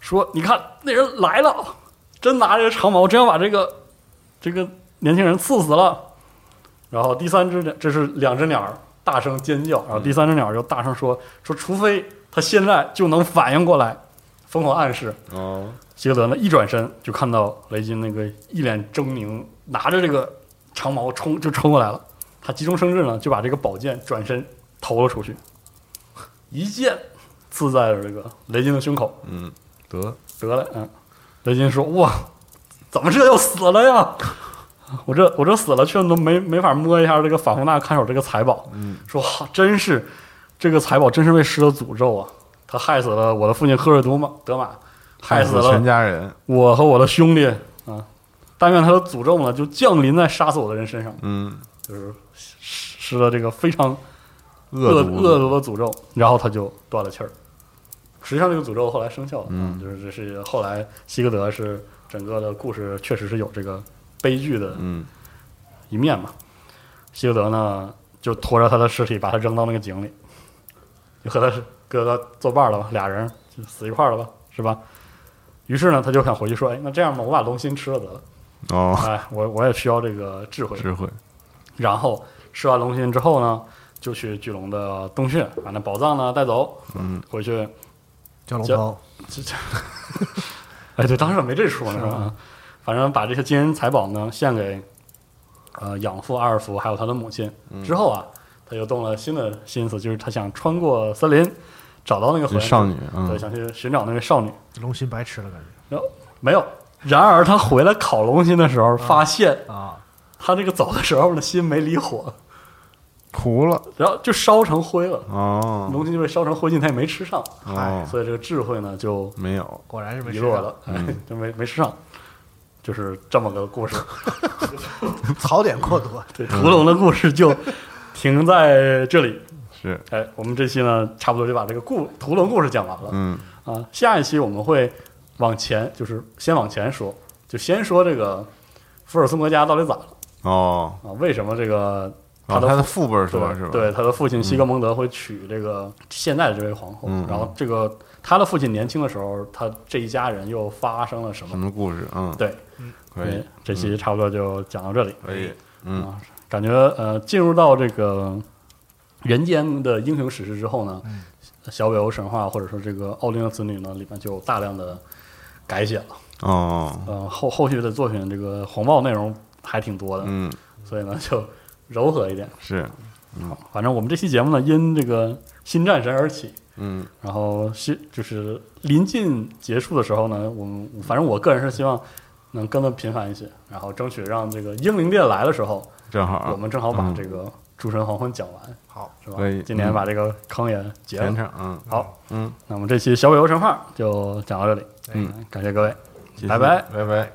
S2: 说：“你看那人来了，真拿这个长矛，真要把这个这个年轻人刺死了。”然后第三只鸟，这是两只鸟儿大声尖叫，然后第三只鸟儿就大声说：“说除非他现在就能反应过来。”疯狂暗示，
S1: 哦，
S2: 希格德呢一转身就看到雷金那个一脸狰狞，拿着这个长矛冲就冲过来了。他急中生智呢，就把这个宝剑转身投了出去，一剑刺在了这个雷金的胸口。
S1: 嗯，
S5: 得
S2: 得了，嗯，雷金说：“哇，怎么这就死了呀？我这我这死了，却都没没法摸一下这个法夫纳看守这个财宝。嗯，说哇，真是这个财宝真是被施了诅咒啊！他害死了我的父亲赫瑞德玛德玛，害死了
S1: 全家人，
S2: 我和我的兄弟啊，但愿他的诅咒呢，就降临在杀死我的人身上，
S1: 嗯，
S2: 就是施施了这个非常恶
S1: 恶毒，
S2: 恶毒的诅咒，然后他就断了气儿，实际上，这个诅咒后来生效了，嗯，就是这是后来希格德是整个的故事确实是有这个悲剧的
S1: 嗯
S2: 一面嘛。希格德呢就拖着他的尸体，把他扔到那个井里，就和他是哥哥作伴了吧，俩人就死一块儿了吧，是吧？于是呢，他就想回去说，哎，那这样吧，我把龙心吃了得了，
S1: 哦，
S2: 哎，我我也需要这个智慧，
S1: 智慧，
S2: 然后吃完龙心之后呢，就去巨龙的洞穴，把那宝藏呢带走，嗯，回去。
S3: 蛟龙
S2: 蛟
S3: 汤，
S2: 这这，哎，对，当时没这说呢，是吧？反正把这些金银财宝呢献给呃养父、二父还有他的母亲之后啊，他又动了新的心思，就是他想穿过森林，找到那个河
S1: 这
S2: 源
S1: 少女，
S2: 对，
S1: 嗯，
S2: 想去寻找那位少女。
S3: 龙心白吃了感觉
S2: 然后没有，然而他回来烤龙心的时候，发现
S3: 啊，
S2: 他这个走的时候呢，心没离火，
S1: 哭了，
S2: 然后就烧成灰了。
S1: 哦
S2: 龙心就被烧成灰烬，他也没吃上，
S1: 哦，
S2: 所以这个智慧呢就
S1: 没有，
S3: 果然是没
S2: 遗
S3: 吃
S2: 落
S3: 上
S2: 了，哎，
S1: 嗯
S2: 就没没吃上，就是这么个故 事。
S3: 槽点过多，
S2: 对，屠龙的故事就停在这里。
S1: 是，
S2: 哎，我们这期呢，差不多就把这个故屠龙故事讲完了。
S1: 嗯
S2: 啊，下一期我们会往前，就是先往前说，就先说这个福尔松格家到底咋了
S1: 哦，
S2: 啊？为什么这个
S1: 哦，
S2: 他
S1: 他
S2: 的
S1: 的
S2: 父、
S1: 副本
S2: 对
S1: 说是吧？
S2: 对，他的父亲西格蒙德会娶这个现在的这位皇后，
S1: 嗯
S2: 然后这个他的父亲年轻的时候，他这一家人又发生了什
S1: 什
S2: 么？
S1: 么故事？嗯，
S2: 对，
S1: 可以
S2: 哎，这期差不多就讲到这里。
S1: 可以，嗯
S2: 啊，感觉呃，进入到这个人间的英雄史诗之后呢，
S1: 嗯
S2: 小北欧神话或者说这个《奥丁的子女》呢，里面就有大量的改写了。
S1: 哦，
S2: 呃，后后续的作品这个黄暴内容还挺多的，
S1: 嗯，
S2: 所以呢就柔和一点。
S1: 是，
S2: 反正我们这期节目呢，因这个新战神而起，
S1: 嗯，
S2: 然后新就是临近结束的时候呢，我们反正我个人是希望能更的频繁一些，然后争取让这个英灵殿来的时候，
S1: 正好啊
S2: 我们正好把
S1: 嗯
S2: 这个《诸神黄昏》讲完，
S3: 好，
S2: 是吧
S1: 可以？
S2: 今年把这个坑也结
S1: 全
S2: 了。
S1: 场，嗯
S2: 好，
S1: 嗯，
S2: 那我们这期小北欧神话就讲到这里，哎
S1: 嗯，
S2: 感谢各位，
S1: 谢谢
S2: 拜拜。
S1: 拜拜。